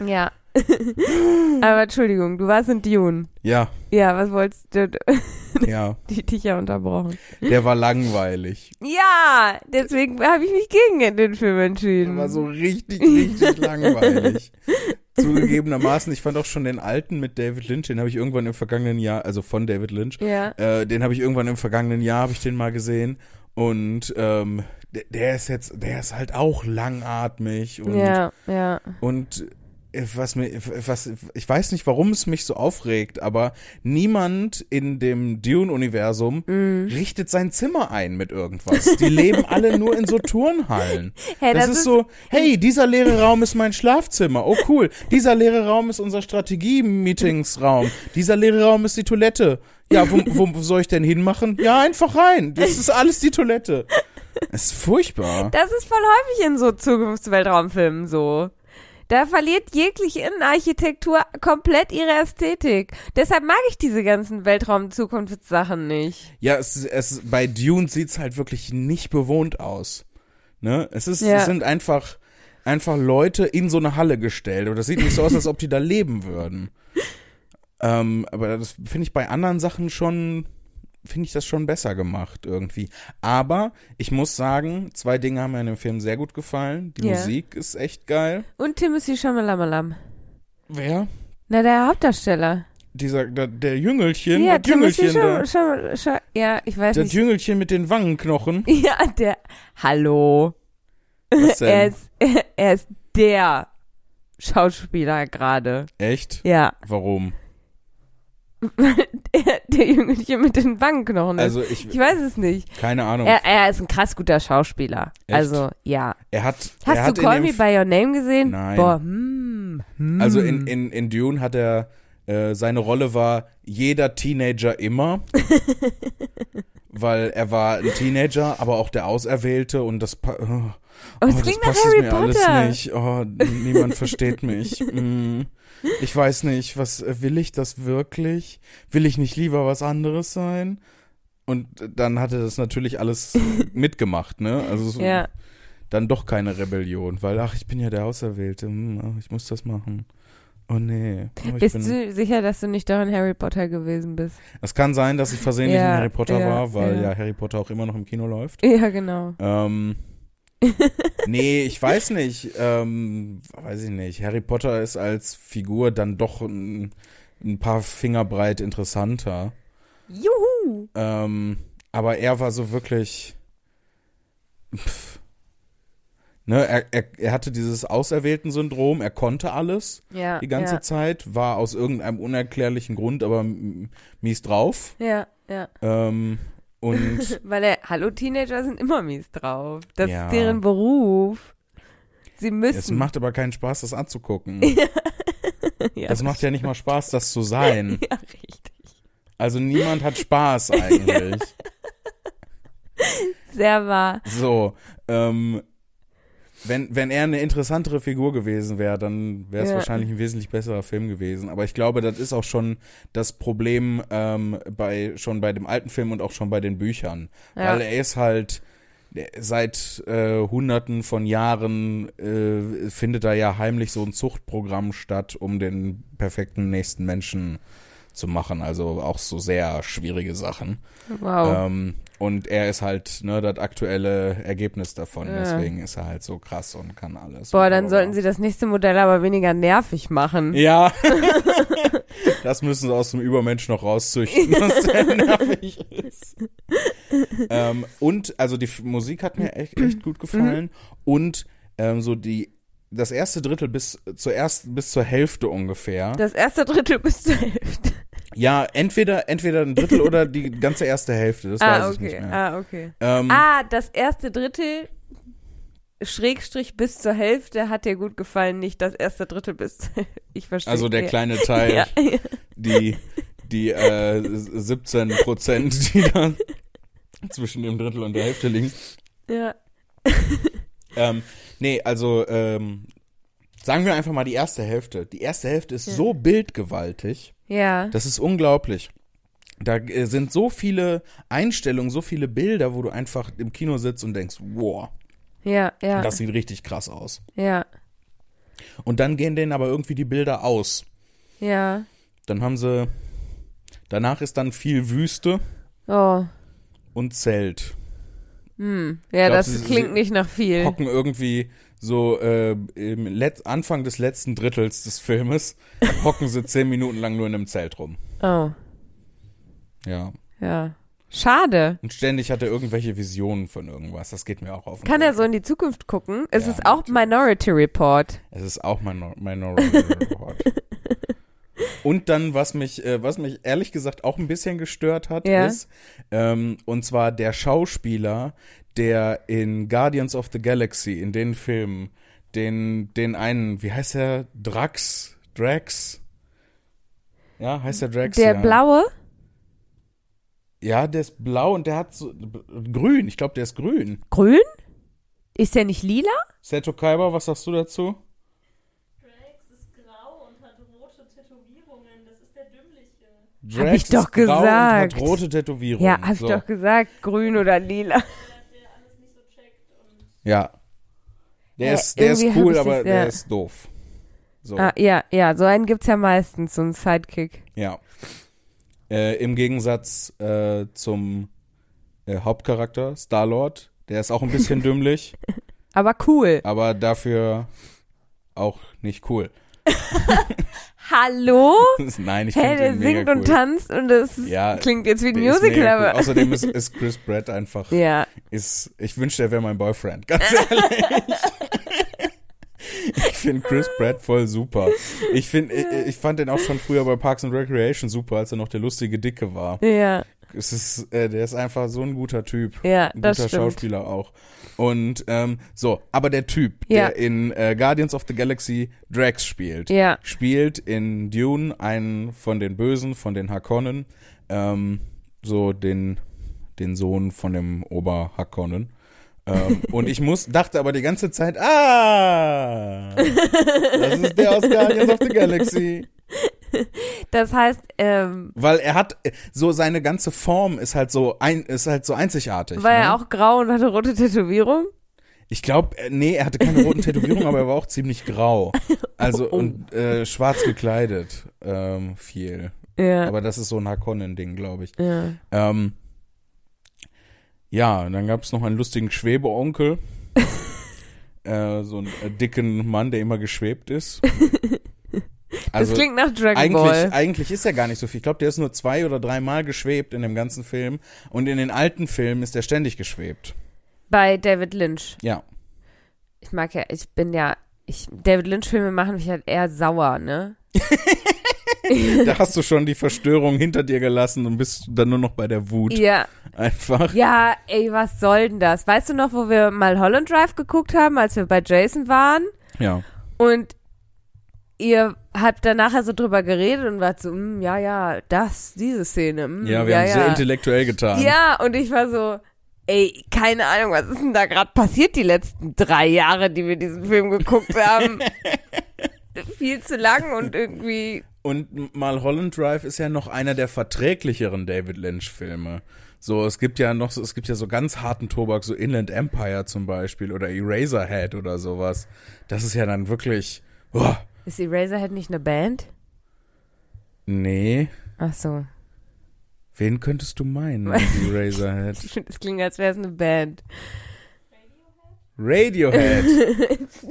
Speaker 2: Ja. aber Entschuldigung, du warst in Dune.
Speaker 1: Ja,
Speaker 2: Ja, was wolltest du?
Speaker 1: ja,
Speaker 2: Die dich ja unterbrochen.
Speaker 1: der war langweilig.
Speaker 2: Ja, deswegen habe ich mich gegen den Film
Speaker 1: Der
Speaker 2: entschieden.
Speaker 1: war so richtig, richtig langweilig. Zugegebenermaßen, ich fand auch schon den alten mit David Lynch, den habe ich irgendwann im vergangenen Jahr, also von David Lynch,
Speaker 2: ja.
Speaker 1: äh, den habe ich irgendwann im vergangenen Jahr, habe ich den mal gesehen und ähm, der, der ist jetzt, der ist halt auch langatmig und
Speaker 2: ja, ja.
Speaker 1: Und äh, was mir, was, ich weiß nicht, warum es mich so aufregt, aber niemand in dem Dune-Universum richtet sein Zimmer ein mit irgendwas. Die leben alle nur in so Turnhallen.
Speaker 2: Hey,
Speaker 1: das, ist, so, hey, dieser leere Raum ist mein Schlafzimmer. Oh cool. Dieser leere Raum ist unser Strategie-Meetingsraum. Dieser leere Raum ist die Toilette. Ja, wo, wo soll ich denn hinmachen? Ja, einfach rein. Das ist alles die Toilette. Das ist furchtbar.
Speaker 2: Das ist voll häufig in so Zukunftsweltraumfilmen so. Da verliert jegliche Innenarchitektur komplett ihre Ästhetik. Deshalb mag ich diese ganzen Weltraum-Zukunftssachen nicht.
Speaker 1: Ja, es, es bei Dune sieht's halt wirklich nicht bewohnt aus. Ne? Es ist,
Speaker 2: Ja.
Speaker 1: es sind einfach einfach Leute in so eine Halle gestellt und das sieht nicht so aus, als ob die da leben würden. Ähm, aber das finde ich bei anderen Sachen schon finde ich das schon besser gemacht irgendwie. Aber ich muss sagen, zwei Dinge haben mir in dem Film sehr gut gefallen. Die
Speaker 2: Ja.
Speaker 1: Musik ist echt geil.
Speaker 2: Und Timothy Chamalamalam.
Speaker 1: Wer?
Speaker 2: Na, der Hauptdarsteller.
Speaker 1: Dieser der, der Jüngelchen,
Speaker 2: Ja,
Speaker 1: das Jüngelchen,
Speaker 2: Timothy
Speaker 1: da,
Speaker 2: Chamalamalam. Ja, ich weiß
Speaker 1: das
Speaker 2: nicht.
Speaker 1: Jüngelchen mit den Wangenknochen.
Speaker 2: Ja, der. Hallo.
Speaker 1: Was
Speaker 2: Er
Speaker 1: denn?
Speaker 2: ist, er ist der Schauspieler gerade.
Speaker 1: Echt?
Speaker 2: Ja.
Speaker 1: Warum?
Speaker 2: Der, der Jüngelchen mit den Wangenknochen. ist.
Speaker 1: Also ich,
Speaker 2: ich weiß es nicht.
Speaker 1: keine Ahnung.
Speaker 2: Ne? Er, er ist ein krass guter Schauspieler.
Speaker 1: Echt?
Speaker 2: Also, ja.
Speaker 1: Er hat, er
Speaker 2: Hast
Speaker 1: hat
Speaker 2: du Call
Speaker 1: in
Speaker 2: Me
Speaker 1: dem,
Speaker 2: By Your Name gesehen?
Speaker 1: Nein.
Speaker 2: Boah, hm. hm.
Speaker 1: also in, in, in Dune hat er, äh, seine Rolle war jeder Teenager immer, weil er war ein Teenager, aber auch der Auserwählte und das, pa- oh,
Speaker 2: Oh, es
Speaker 1: oh, das
Speaker 2: klingt nach
Speaker 1: passt
Speaker 2: Harry
Speaker 1: mir
Speaker 2: Potter.
Speaker 1: alles nicht, oh, n- niemand versteht mich, mm, ich weiß nicht, was, äh, will ich das wirklich, will ich nicht lieber was anderes sein? Und dann hat er das natürlich alles mitgemacht, ne? Also so,
Speaker 2: Ja.
Speaker 1: dann doch keine Rebellion, weil ach, ich bin ja der Auserwählte, hm, ach, ich muss das machen. Oh nee. Oh, ich
Speaker 2: Bist
Speaker 1: bin,
Speaker 2: du sicher, dass du nicht doch in Harry Potter gewesen bist?
Speaker 1: es kann sein, dass ich versehentlich
Speaker 2: Ja,
Speaker 1: in Harry Potter
Speaker 2: ja,
Speaker 1: war, weil
Speaker 2: ja.
Speaker 1: ja. Harry Potter auch immer noch im Kino läuft.
Speaker 2: Ja, genau.
Speaker 1: Ähm, nee, ich weiß nicht. Ähm, weiß ich nicht. Harry Potter ist als Figur dann doch ein, ein paar Fingerbreit interessanter.
Speaker 2: Juhu!
Speaker 1: Ähm, aber er war so wirklich. Pff. Ne, er, er, er hatte dieses auserwählten Syndrom, er konnte alles
Speaker 2: Ja.
Speaker 1: die ganze
Speaker 2: Ah, ja,
Speaker 1: Zeit, war aus irgendeinem unerklärlichen Grund aber m- mies drauf.
Speaker 2: Ja, ja.
Speaker 1: Ähm, und
Speaker 2: Weil er, hallo, Teenager sind immer mies drauf. Das
Speaker 1: Ja.
Speaker 2: ist deren Beruf. Sie
Speaker 1: es
Speaker 2: müssen.
Speaker 1: macht aber keinen Spaß, das anzugucken.
Speaker 2: ja,
Speaker 1: Das macht ja nicht mal Spaß, das zu sein.
Speaker 2: ja, richtig.
Speaker 1: Also niemand hat Spaß eigentlich.
Speaker 2: Sehr wahr.
Speaker 1: So, ähm, wenn, wenn er eine interessantere Figur gewesen wäre, dann wäre es
Speaker 2: Ja.
Speaker 1: wahrscheinlich ein wesentlich besserer Film gewesen. Aber ich glaube, das ist auch schon das Problem ähm, bei schon bei dem alten Film und auch schon bei den Büchern.
Speaker 2: Ja.
Speaker 1: Weil er ist halt der- seit äh, hunderten von Jahren äh, findet da ja heimlich so ein Zuchtprogramm statt, um den perfekten nächsten Menschen zu machen. Also auch so sehr schwierige Sachen.
Speaker 2: Wow.
Speaker 1: Ähm, und er ist halt ne, das aktuelle Ergebnis davon.
Speaker 2: Ja.
Speaker 1: Deswegen ist er halt so krass und kann alles.
Speaker 2: Boah,
Speaker 1: Und
Speaker 2: dann
Speaker 1: blablabla.
Speaker 2: sollten sie das nächste Modell aber weniger nervig machen.
Speaker 1: Ja. das müssen sie aus dem Übermensch noch rauszüchten, was sehr nervig ist. ähm, und, also die F- Musik hat mir echt,
Speaker 2: Mhm.
Speaker 1: echt gut gefallen. Und ähm, so die. Das erste Drittel bis zur ersten, bis zur Hälfte ungefähr.
Speaker 2: Das erste Drittel bis zur Hälfte.
Speaker 1: ja, entweder, entweder ein Drittel oder die ganze erste Hälfte. Das
Speaker 2: ah,
Speaker 1: weiß ich
Speaker 2: okay.
Speaker 1: nicht mehr.
Speaker 2: Ah, okay.
Speaker 1: Ähm,
Speaker 2: Ah, das erste Drittel Schrägstrich bis zur Hälfte hat dir gut gefallen, nicht das erste Drittel bis zur Hälfte. Ich verstehe.
Speaker 1: Also der
Speaker 2: Ja.
Speaker 1: kleine Teil,
Speaker 2: Ja, ja.
Speaker 1: die, die äh, 17 Prozent, die da zwischen dem Drittel und der Hälfte liegen.
Speaker 2: ja.
Speaker 1: Ähm, nee, also ähm, sagen wir einfach mal die erste Hälfte. Die erste Hälfte ist
Speaker 2: Ja.
Speaker 1: so bildgewaltig,
Speaker 2: Ja.
Speaker 1: das ist unglaublich. Da äh, sind so viele Einstellungen, so viele Bilder, wo du einfach im Kino sitzt und denkst, wow,
Speaker 2: Ja, ja.
Speaker 1: das sieht richtig krass aus.
Speaker 2: ja.
Speaker 1: Und dann gehen denen aber irgendwie die Bilder aus.
Speaker 2: Ja.
Speaker 1: Dann haben sie, danach ist dann viel Wüste
Speaker 2: Oh.
Speaker 1: und Zelt.
Speaker 2: Hm. Ja,
Speaker 1: Glaubst
Speaker 2: das
Speaker 1: du, sie-
Speaker 2: klingt nicht nach viel.
Speaker 1: hocken irgendwie so äh, im Let Anfang des letzten Drittels des Filmes, hocken sie zehn Minuten lang nur in einem Zelt rum.
Speaker 2: Oh.
Speaker 1: Ja.
Speaker 2: Ja. Schade.
Speaker 1: Und ständig hat er irgendwelche Visionen von irgendwas. Das geht mir auch auf. den
Speaker 2: Kann er so
Speaker 1: Sack.
Speaker 2: in die Zukunft gucken? Es
Speaker 1: Ja,
Speaker 2: ist auch
Speaker 1: natürlich.
Speaker 2: Minority Report.
Speaker 1: Es ist auch mein Minority Report. Und dann, was mich, äh, was mich ehrlich gesagt auch ein bisschen gestört hat,
Speaker 2: Ja.
Speaker 1: ist, ähm, und zwar der Schauspieler, der in Guardians of the Galaxy, in den Filmen, den, den einen, wie heißt er? Drax? Drax? Ja, heißt der Drax?
Speaker 2: Der
Speaker 1: ja.
Speaker 2: blaue?
Speaker 1: Ja, der ist blau und der hat so, b- grün. Ich glaube, der ist grün.
Speaker 2: Grün? Ist der nicht lila?
Speaker 1: Seto Kaiba, was sagst du dazu?
Speaker 3: Drax ist grau und hat rote Tätowierungen. Das ist der Dümmliche.
Speaker 1: Drax
Speaker 2: ich doch
Speaker 1: ist grau
Speaker 2: gesagt.
Speaker 1: Und hat rote Tätowierungen.
Speaker 2: Ja, hab ich
Speaker 1: so.
Speaker 2: doch gesagt. Grün oder lila.
Speaker 3: Der, der alles nicht so checkt und
Speaker 1: Ja. Der
Speaker 2: Ja,
Speaker 1: ist, der ist
Speaker 2: irgendwie hab
Speaker 1: cool,
Speaker 2: ich
Speaker 1: aber
Speaker 2: das-
Speaker 1: der
Speaker 2: ja.
Speaker 1: ist doof. So,
Speaker 2: Ah, ja, ja. So einen gibt's ja meistens, so einen Sidekick.
Speaker 1: ja. Äh, Im Gegensatz äh, zum äh, Hauptcharakter, Star-Lord, der ist auch ein bisschen dümmlich,
Speaker 2: Aber cool.
Speaker 1: aber dafür auch nicht cool.
Speaker 2: Hallo?
Speaker 1: Nein, ich
Speaker 2: Hä,
Speaker 1: finde
Speaker 2: der
Speaker 1: den mega
Speaker 2: singt
Speaker 1: cool.
Speaker 2: und tanzt und das ist-
Speaker 1: Ja,
Speaker 2: klingt jetzt wie ein
Speaker 1: Der ist mega
Speaker 2: Musical,
Speaker 1: cool.
Speaker 2: aber.
Speaker 1: Außerdem ist, ist Chris Pratt einfach,
Speaker 2: Ja,
Speaker 1: ist, ich wünschte, er wäre mein Boyfriend, ganz ehrlich. Ich finde Chris Pratt voll super. Ich, find, ich, ich fand den auch schon früher bei Parks and Recreation super, als er noch der lustige Dicke war.
Speaker 2: ja,
Speaker 1: Es ist, äh, der ist einfach so ein guter Typ.
Speaker 2: ja,
Speaker 1: Ein
Speaker 2: das
Speaker 1: guter
Speaker 2: stimmt.
Speaker 1: Schauspieler auch. Und ähm, so, aber der Typ,
Speaker 2: Ja.
Speaker 1: der in äh, Guardians of the Galaxy Drax spielt,
Speaker 2: Ja,
Speaker 1: spielt in Dune einen von den Bösen, von den Hakonnen, ähm, so den, den Sohn von dem Oberhakonnen. Ähm, und ich muss, dachte aber die ganze Zeit, ah, das ist der aus Guardians of the Galaxy.
Speaker 2: das heißt, ähm,
Speaker 1: Weil er hat äh, so seine ganze Form ist halt so ein ist halt so einzigartig.
Speaker 2: war
Speaker 1: ne?
Speaker 2: er auch grau und hatte rote Tätowierung?
Speaker 1: Ich glaube, nee, er hatte keine roten Tätowierungen, aber er war auch ziemlich grau. Also
Speaker 2: Oh.
Speaker 1: und äh, schwarz gekleidet ähm, viel.
Speaker 2: Ja,
Speaker 1: Aber das ist so ein Hakonnen-Ding, glaube ich.
Speaker 2: ja.
Speaker 1: Ähm, ja, und dann gab es noch einen lustigen Schwebeonkel. äh, so einen äh, dicken Mann, der immer geschwebt ist.
Speaker 2: das
Speaker 1: Also
Speaker 2: klingt nach Dragon Ball.
Speaker 1: eigentlich, eigentlich ist er gar nicht so viel. Ich glaube, der ist nur zwei oder dreimal geschwebt in dem ganzen Film. Und in den alten Filmen ist er ständig geschwebt.
Speaker 2: Bei David Lynch.
Speaker 1: Ja.
Speaker 2: Ich mag ja, ich bin ja, ich, David Lynch-Filme machen mich halt eher sauer, ne?
Speaker 1: Da hast du schon die Verstörung hinter dir gelassen und bist dann nur noch bei der Wut.
Speaker 2: Ja,
Speaker 1: Einfach.
Speaker 2: ja, ey, was soll denn das? Weißt du noch, wo wir mal Holland Drive geguckt haben, als wir bei Jason waren?
Speaker 1: Ja.
Speaker 2: Und ihr habt dann nachher so drüber geredet und wart so, mm, ja, ja, das, diese Szene. Mm,
Speaker 1: Ja, wir
Speaker 2: ja,
Speaker 1: haben sehr
Speaker 2: ja.
Speaker 1: intellektuell getan.
Speaker 2: Ja, und ich war so, ey, keine Ahnung, was ist denn da gerade passiert die letzten drei Jahre, die wir diesen Film geguckt haben? Viel zu lang und irgendwie.
Speaker 1: Und Mulholland Drive ist ja noch einer der verträglicheren David Lynch Filme. So, es gibt ja noch, so- es gibt ja so ganz harten Tobak, so Inland Empire zum Beispiel oder Eraserhead oder sowas. Das ist ja dann wirklich, oh,
Speaker 2: Ist Eraserhead nicht eine Band?
Speaker 1: nee,
Speaker 2: Ach so.
Speaker 1: wen könntest du meinen mit Eraserhead?
Speaker 2: Das klingt, als wäre es eine Band.
Speaker 1: Radiohead.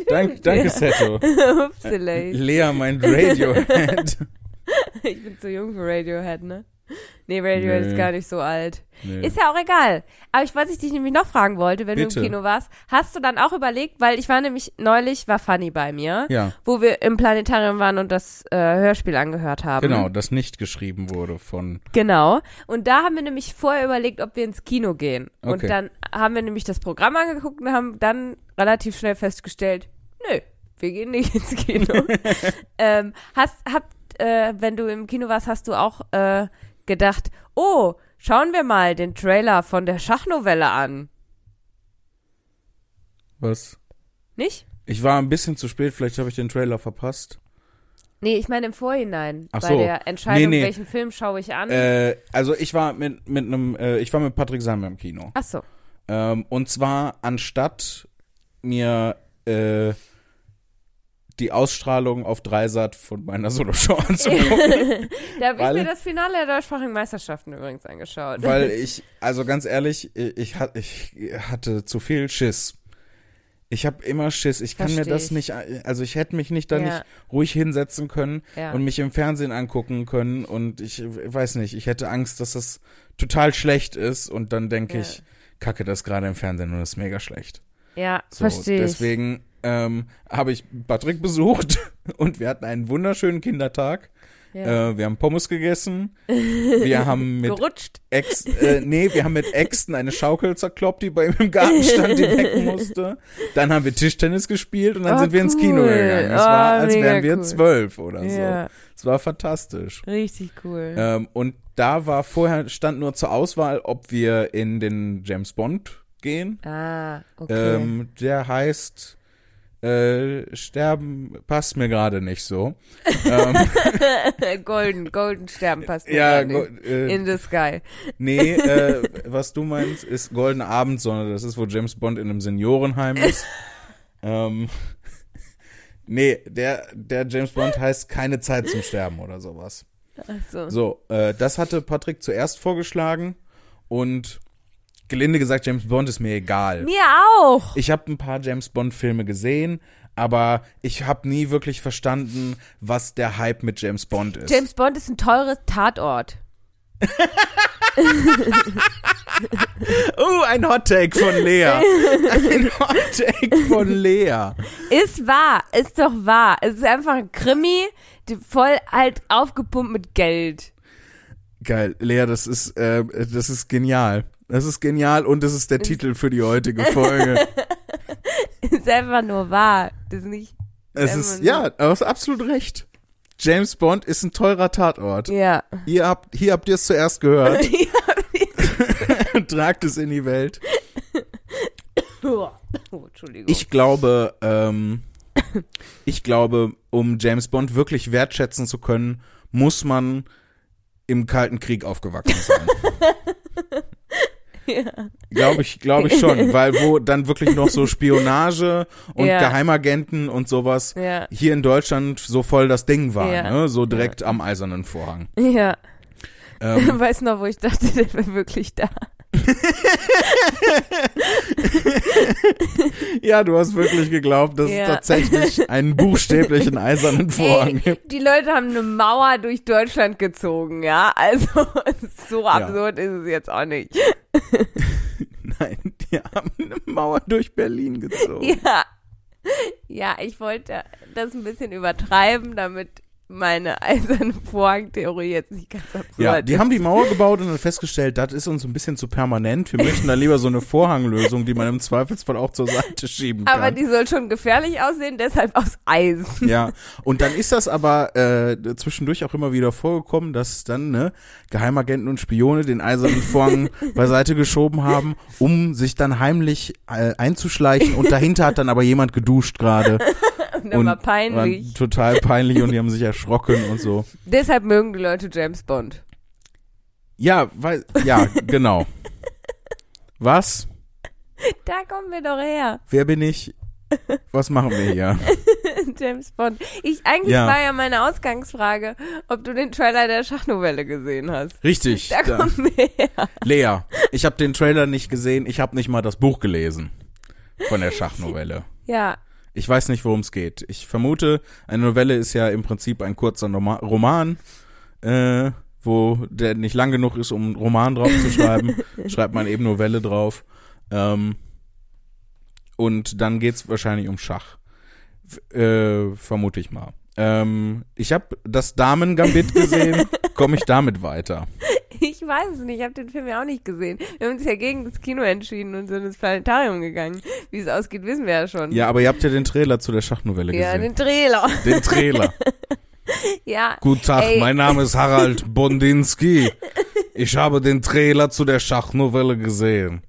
Speaker 1: Dank, danke, Seto.
Speaker 2: Äh, Upsala.
Speaker 1: Lea meint Radiohead.
Speaker 2: Ich bin zu jung für Radiohead, ne? Nee, Radiohead
Speaker 1: Nee.
Speaker 2: ist gar nicht so alt.
Speaker 1: Nee.
Speaker 2: Ist ja auch egal. Aber ich, was ich dich nämlich noch fragen wollte, wenn
Speaker 1: Bitte.
Speaker 2: du im Kino warst, hast du dann auch überlegt, weil ich war nämlich neulich, war Fanny bei mir,
Speaker 1: Ja,
Speaker 2: wo wir im Planetarium waren und das äh, Hörspiel angehört haben.
Speaker 1: genau, das nicht geschrieben wurde von,
Speaker 2: Genau. Und da haben wir nämlich vorher überlegt, ob wir ins Kino gehen.
Speaker 1: Okay.
Speaker 2: Und dann haben wir nämlich das Programm angeguckt und haben dann relativ schnell festgestellt, nö, wir gehen nicht ins Kino. ähm, hast, habt, äh, wenn du im Kino warst, hast du auch äh, gedacht, oh, schauen wir mal den Trailer von der Schachnovelle an.
Speaker 1: was?
Speaker 2: Nicht?
Speaker 1: Ich war ein bisschen zu spät, vielleicht habe ich den Trailer verpasst.
Speaker 2: Nee, ich meine im Vorhinein.
Speaker 1: Ach
Speaker 2: bei
Speaker 1: so.
Speaker 2: der Entscheidung,
Speaker 1: Nee, nee.
Speaker 2: welchen Film schaue ich an.
Speaker 1: Äh, also ich war mit mit einem, äh, ich war mit Patrick Sandler im Kino.
Speaker 2: Ach so.
Speaker 1: Ähm, und zwar anstatt mir äh, die Ausstrahlung auf Dreisat von meiner Soloshow anzugucken,
Speaker 2: Da habe ich
Speaker 1: Weil-
Speaker 2: mir das Finale der deutschsprachigen Meisterschaften übrigens angeschaut.
Speaker 1: weil ich, also ganz ehrlich, ich, ich, hat- ich hatte zu viel Schiss. Ich habe immer Schiss. Ich kann mir
Speaker 2: Versteh
Speaker 1: das
Speaker 2: ich.
Speaker 1: nicht, also ich hätte mich nicht da
Speaker 2: Ja.
Speaker 1: nicht ruhig hinsetzen können
Speaker 2: Ja.
Speaker 1: und mich im Fernsehen angucken können und ich äh, weiß nicht, ich hätte Angst, dass das total schlecht ist und dann denke
Speaker 2: Ja.
Speaker 1: ich, kacke das gerade im Fernsehen und das ist mega schlecht.
Speaker 2: ja,
Speaker 1: So,
Speaker 2: verstehe ich.
Speaker 1: Deswegen ähm, habe ich Patrick besucht und wir hatten einen wunderschönen Kindertag.
Speaker 2: Ja.
Speaker 1: Äh, wir haben Pommes gegessen. Wir haben mit
Speaker 2: Gerutscht.
Speaker 1: Ex, äh, nee, wir haben mit Äxten eine Schaukel zerkloppt, die bei ihm im Garten stand, die weg musste. Dann haben wir Tischtennis gespielt und dann
Speaker 2: Oh,
Speaker 1: sind wir ins Kino
Speaker 2: cool.
Speaker 1: gegangen. Es
Speaker 2: Oh,
Speaker 1: war, als
Speaker 2: mega
Speaker 1: wären wir
Speaker 2: cool.
Speaker 1: zwölf oder
Speaker 2: Ja,
Speaker 1: so. Es war fantastisch.
Speaker 2: richtig cool.
Speaker 1: Ähm, und da war vorher, stand nur zur Auswahl, ob wir in den James Bond gehen.
Speaker 2: Ah, okay.
Speaker 1: Ähm, der heißt äh, Sterben passt mir gerade nicht so. ähm,
Speaker 2: golden, golden Sterben passt mir
Speaker 1: ja,
Speaker 2: gar
Speaker 1: go,
Speaker 2: nicht.
Speaker 1: äh,
Speaker 2: In the sky.
Speaker 1: Nee, äh, was du meinst, ist Goldener Abend, sondern das ist, wo James Bond in einem Seniorenheim ist. ähm, nee, der, der James Bond heißt keine Zeit zum Sterben oder sowas.
Speaker 2: So.
Speaker 1: So, äh, das hatte Patrick zuerst vorgeschlagen und gelinde gesagt, James Bond ist mir egal.
Speaker 2: Mir auch.
Speaker 1: Ich habe ein paar James Bond-Filme gesehen, aber ich habe nie wirklich verstanden, was der Hype mit James Bond ist.
Speaker 2: James Bond ist ein teures Tatort.
Speaker 1: Oh, ein Hot Take von Lea. Ein Hot Take von Lea.
Speaker 2: Ist wahr, ist doch wahr. Es ist einfach ein Krimi, die voll halt aufgepumpt mit Geld.
Speaker 1: Geil, Lea, das ist, äh, das ist genial. Das ist genial und das ist der Titel für die heutige Folge.
Speaker 2: Ist einfach nur wahr. Das ist nicht.
Speaker 1: Es ist, ja, du hast absolut recht. James Bond ist ein teurer Tatort.
Speaker 2: Ja.
Speaker 1: Ihr habt, hier habt ihr es zuerst gehört. Tragt es in die Welt.
Speaker 2: oh, Entschuldigung.
Speaker 1: Ich glaube, ähm, ich glaube, um James Bond wirklich wertschätzen zu können, muss man im Kalten Krieg aufgewachsen sein.
Speaker 2: ja.
Speaker 1: Glaube ich, glaube ich schon, weil wo dann wirklich noch so Spionage und
Speaker 2: Ja.
Speaker 1: Geheimagenten und sowas
Speaker 2: Ja.
Speaker 1: hier in Deutschland so voll das Ding war,
Speaker 2: Ja.
Speaker 1: ne? so direkt am eisernen Vorhang.
Speaker 2: ja.
Speaker 1: Ähm,
Speaker 2: Weiß noch, wo ich dachte, der wäre wirklich da.
Speaker 1: Ja, du hast wirklich geglaubt, dass
Speaker 2: Ja.
Speaker 1: es tatsächlich einen buchstäblichen eisernen Vorhang
Speaker 2: Ey,
Speaker 1: gibt.
Speaker 2: die Leute haben eine Mauer durch Deutschland gezogen, ja. Also so absurd ist es jetzt auch nicht.
Speaker 1: Nein, die haben eine Mauer durch Berlin gezogen.
Speaker 2: Ja. Ja, ich wollte das ein bisschen übertreiben, damit meine eiserne Vorhangtheorie jetzt nicht ganz absurd
Speaker 1: Ja, die
Speaker 2: ist.
Speaker 1: haben die Mauer gebaut und dann festgestellt, das ist uns ein bisschen zu permanent. Wir möchten da lieber so eine Vorhanglösung, die man im Zweifelsfall auch zur Seite schieben kann.
Speaker 2: Aber die soll schon gefährlich aussehen, deshalb aus Eisen.
Speaker 1: ja, und dann ist das aber äh, zwischendurch auch immer wieder vorgekommen, dass dann ne, Geheimagenten und Spione den eisernen Vorhang beiseite geschoben haben, um sich dann heimlich äh, einzuschleichen. Und dahinter hat dann aber jemand geduscht gerade.
Speaker 2: Und dann war peinlich.
Speaker 1: War total peinlich und die haben sich erschrocken und so.
Speaker 2: Deshalb mögen die Leute James Bond.
Speaker 1: Ja, weil, ja, genau. Was?
Speaker 2: Da kommen wir doch her.
Speaker 1: Wer bin ich? Was machen wir hier?
Speaker 2: James Bond. Ich, eigentlich
Speaker 1: Ja.
Speaker 2: war ja meine Ausgangsfrage, ob du den Trailer der Schachnovelle gesehen hast.
Speaker 1: Richtig.
Speaker 2: Da
Speaker 1: Da.
Speaker 2: kommen wir her.
Speaker 1: Lea, ich habe den Trailer nicht gesehen, ich habe nicht mal das Buch gelesen von der Schachnovelle.
Speaker 2: Ja,
Speaker 1: Ich weiß nicht, worum es geht. Ich vermute, eine Novelle ist ja im Prinzip ein kurzer Noma Roman, äh, wo der nicht lang genug ist, um einen Roman drauf zu schreiben. schreibt man eben Novelle drauf. Ähm, und dann geht's wahrscheinlich um Schach. F- Äh, vermute ich mal. Ähm, ich habe das Damen-Gambit gesehen. Komme ich damit weiter?
Speaker 2: ich weiß es nicht. Ich habe den Film ja auch nicht gesehen. Wir haben uns ja gegen das Kino entschieden und sind ins Planetarium gegangen. Wie es ausgeht, wissen wir ja schon.
Speaker 1: Ja, aber ihr habt ja den Trailer zu der Schachnovelle
Speaker 2: ja
Speaker 1: gesehen.
Speaker 2: den Trailer.
Speaker 1: Den, Trailer.
Speaker 2: Ja.
Speaker 1: Guten Tag,
Speaker 2: Ey.
Speaker 1: mein Name ist Harald Bondinski. Ich habe den Trailer zu der Schachnovelle gesehen.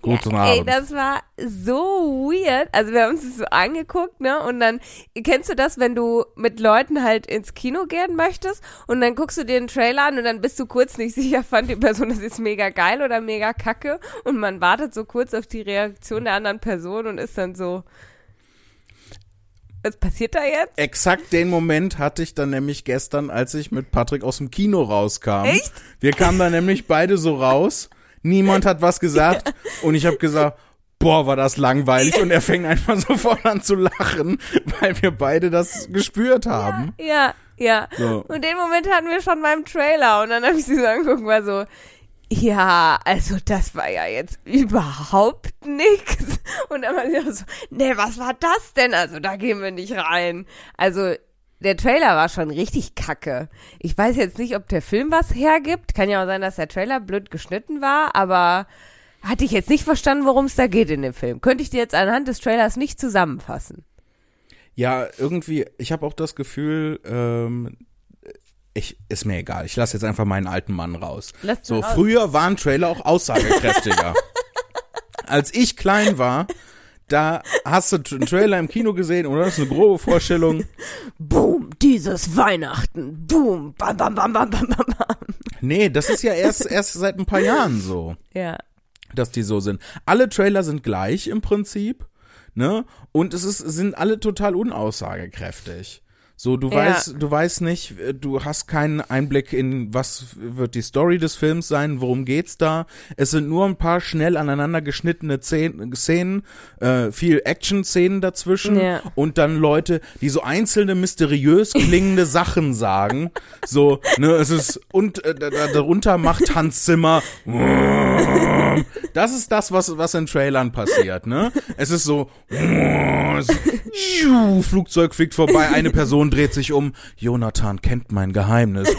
Speaker 1: Guten
Speaker 2: ja, Ey,
Speaker 1: Abend.
Speaker 2: das war so weird. Also wir haben uns das so angeguckt, ne? Und dann, kennst du das, wenn du mit Leuten halt ins Kino gehen möchtest und dann guckst du dir den Trailer an und dann bist du kurz nicht sicher, fand die Person das jetzt mega geil oder mega kacke und man wartet so kurz auf die Reaktion der anderen Person und ist dann so, was passiert da jetzt?
Speaker 1: Exakt den Moment hatte ich dann nämlich gestern, als ich mit Patrick aus dem Kino rauskam. Echt? Wir kamen da nämlich beide so raus. Niemand hat was gesagt und ich habe gesagt, boah, war das langweilig und er fängt einfach sofort an zu lachen, weil wir beide das gespürt haben.
Speaker 2: Ja, ja.
Speaker 1: So.
Speaker 2: Und den Moment hatten wir schon beim Trailer und dann habe ich sie so angeguckt und war so, ja, also das war ja jetzt überhaupt nix. Und dann war sie auch so, nee, was war das denn? Also da gehen wir nicht rein. Also der Trailer war schon richtig kacke. Ich weiß jetzt nicht, ob der Film was hergibt. Kann ja auch sein, dass der Trailer blöd geschnitten war, aber hatte ich jetzt nicht verstanden, worum es da geht in dem Film. Könnte ich dir jetzt anhand des Trailers nicht zusammenfassen.
Speaker 1: Ja, irgendwie, ich habe auch das Gefühl, ähm, ich, ist mir egal, ich lasse jetzt einfach meinen alten Mann raus.
Speaker 2: Lass ihn
Speaker 1: so,
Speaker 2: raus.
Speaker 1: früher waren Trailer auch aussagekräftiger. Als ich klein war, da hast du einen Trailer im Kino gesehen oder das ist eine grobe Vorstellung.
Speaker 2: Boom, dieses Weihnachten. Boom, bam, bam, bam, bam, bam, bam, bam.
Speaker 1: Nee, das ist ja erst, erst seit ein paar Jahren so.
Speaker 2: Ja.
Speaker 1: dass die so sind. Alle Trailer sind gleich im Prinzip, ne? Und es ist, sind alle total unaussagekräftig. So, du
Speaker 2: Ja.
Speaker 1: weißt, du weißt nicht, äh, du hast keinen Einblick in, was wird die Story des Films sein, worum geht's da. Es sind nur ein paar schnell aneinander geschnittene Zehn- Szenen, äh, viel Action-Szenen dazwischen
Speaker 2: Ja.
Speaker 1: und dann Leute, die so einzelne mysteriös klingende Sachen sagen. So, ne, es ist, und äh, da- da- darunter macht Hans Zimmer das ist das, was, was in Trailern passiert, ne? Es ist so, es, Tschu, Flugzeug fliegt vorbei, eine Person dreht sich um, Jonathan kennt mein Geheimnis.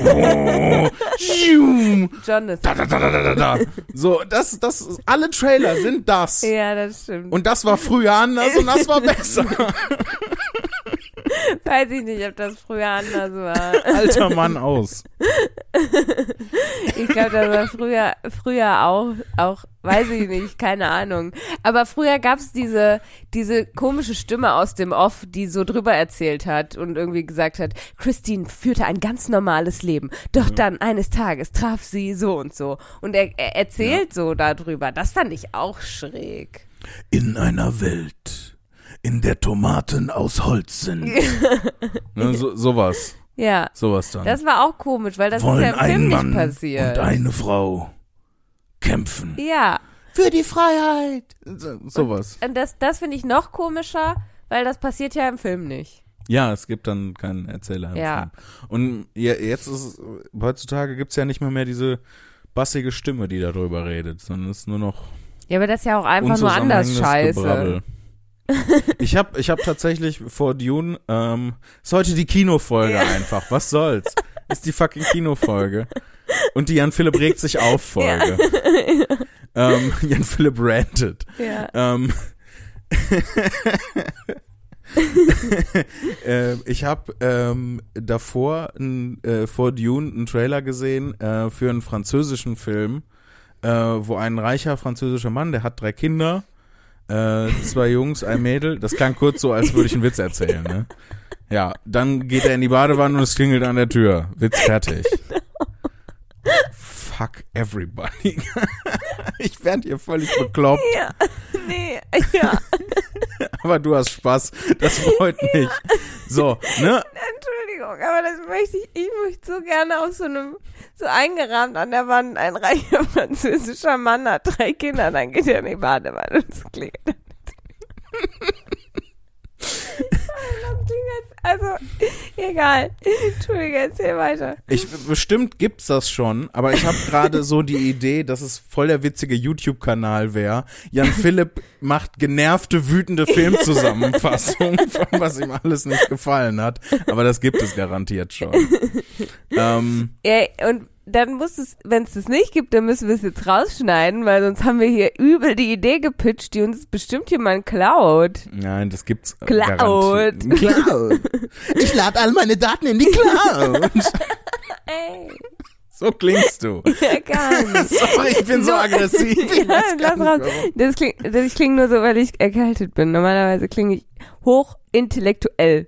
Speaker 1: Tschu,
Speaker 2: John ist.
Speaker 1: da, da, da, da, da, da, da. So, das, das, alle Trailer sind das.
Speaker 2: Ja, das stimmt.
Speaker 1: Und das war früher anders und das war besser.
Speaker 2: Weiß ich nicht, ob das früher anders war.
Speaker 1: Alter Mann aus.
Speaker 2: Ich glaube, das war früher, früher auch, auch, weiß ich nicht, keine Ahnung. Aber früher gab's diese, diese komische Stimme aus dem Off, die so drüber erzählt hat und irgendwie gesagt hat, Christine führte ein ganz normales Leben. Doch dann eines Tages traf sie so und so. Und er, er erzählt so darüber. Das fand ich auch schräg.
Speaker 1: In einer Welt, in der Tomaten aus Holz sind. ne, so, sowas.
Speaker 2: Ja.
Speaker 1: Sowas dann.
Speaker 2: Das war auch komisch, weil das ist ja im Film nicht passiert.
Speaker 1: eine Frau kämpfen.
Speaker 2: Ja.
Speaker 1: Für die Freiheit. So, sowas.
Speaker 2: Und das, das finde ich noch komischer, weil das passiert ja im Film nicht.
Speaker 1: Ja, es gibt dann keinen Erzähler. im
Speaker 2: Ja.
Speaker 1: Film. Und je- jetzt ist, es- heutzutage gibt's ja nicht mal mehr diese bassige Stimme, die darüber redet, sondern es ist nur noch
Speaker 2: Ja, aber das ist ja auch einfach nur anders
Speaker 1: Unzusammenhängendes
Speaker 2: scheiße.
Speaker 1: Gebrabbel. Ich habe ich hab tatsächlich vor Dune, ähm, ist heute die Kinofolge einfach, was soll's? Ist die fucking Kinofolge. Und die Jan-Philipp regt sich auf Folge. Ähm, Jan-Philipp rantet.
Speaker 2: Ja.
Speaker 1: Ähm, äh, ich habe ähm, davor n, äh, vor Dune einen Trailer gesehen äh, für einen französischen Film, äh, wo ein reicher französischer Mann, der hat drei Kinder, äh, zwei Jungs, ein Mädel. Das klang kurz so, als würde ich einen Witz erzählen. Ne? Ja, dann geht er in die Badewanne und es klingelt an der Tür. Witz fertig. Fuck everybody. ich werde hier völlig bekloppt.
Speaker 2: Ja, nee, ja,
Speaker 1: aber du hast Spaß. Das freut mich. So, ne?
Speaker 2: Entschuldigung, aber das möchte ich, ich möchte so gerne auf so einem, so eingerahmt an der Wand, ein reicher französischer Mann hat drei Kinder, dann geht er in die Badewanne und es klingelt. an der Tür. Das klingt jetzt- Also, egal. Entschuldigung, erzähl weiter.
Speaker 1: Ich bestimmt gibt's das schon, aber ich habe gerade so die Idee, dass es voll der witzige YouTube-Kanal wäre. Jan Philipp macht genervte, wütende Filmzusammenfassungen, von was ihm alles nicht gefallen hat. Aber das gibt es garantiert schon. Ähm,
Speaker 2: Ja, und dann muss es, wenn es das nicht gibt, dann müssen wir es jetzt rausschneiden, weil sonst haben wir hier übel die Idee gepitcht, die uns bestimmt jemand klaut.
Speaker 1: nein, das gibt's. äh,
Speaker 2: Cloud.
Speaker 1: garantiert. Cloud. Ich lade all meine Daten in die Cloud.
Speaker 2: Ey,
Speaker 1: So klingst du.
Speaker 2: ja, gar nicht.
Speaker 1: Sorry, ich bin so
Speaker 2: So-
Speaker 1: aggressiv. Ich
Speaker 2: Ja,
Speaker 1: weiß gar
Speaker 2: lass
Speaker 1: nicht,
Speaker 2: raus.
Speaker 1: warum.
Speaker 2: Das klingt, das, ich klinge nur so, weil ich erkältet bin. Normalerweise klinge ich hochintellektuell.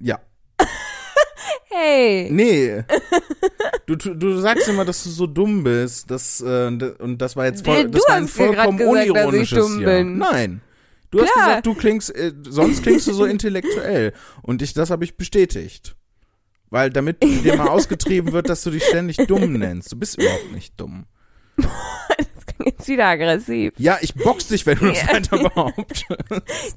Speaker 1: Ja.
Speaker 2: Hey.
Speaker 1: Nee. Du, tu- du sagst immer, dass du so dumm bist. Das, äh, d- und das war jetzt voll,
Speaker 2: Du
Speaker 1: das war ein
Speaker 2: hast mir grad
Speaker 1: vollkommen
Speaker 2: gesagt, dass ich
Speaker 1: unironisches
Speaker 2: dumm
Speaker 1: Jahr.
Speaker 2: bin.
Speaker 1: Nein. Du hast
Speaker 2: Klar.
Speaker 1: gesagt, du klingst, äh, sonst klingst du so intellektuell. Und ich, das habe ich bestätigt. Weil damit dir mal ausgetrieben wird, dass du dich ständig dumm nennst. Du bist überhaupt nicht dumm.
Speaker 2: Das klingt jetzt wieder aggressiv.
Speaker 1: Ja, ich box dich, wenn du das weiter behauptest.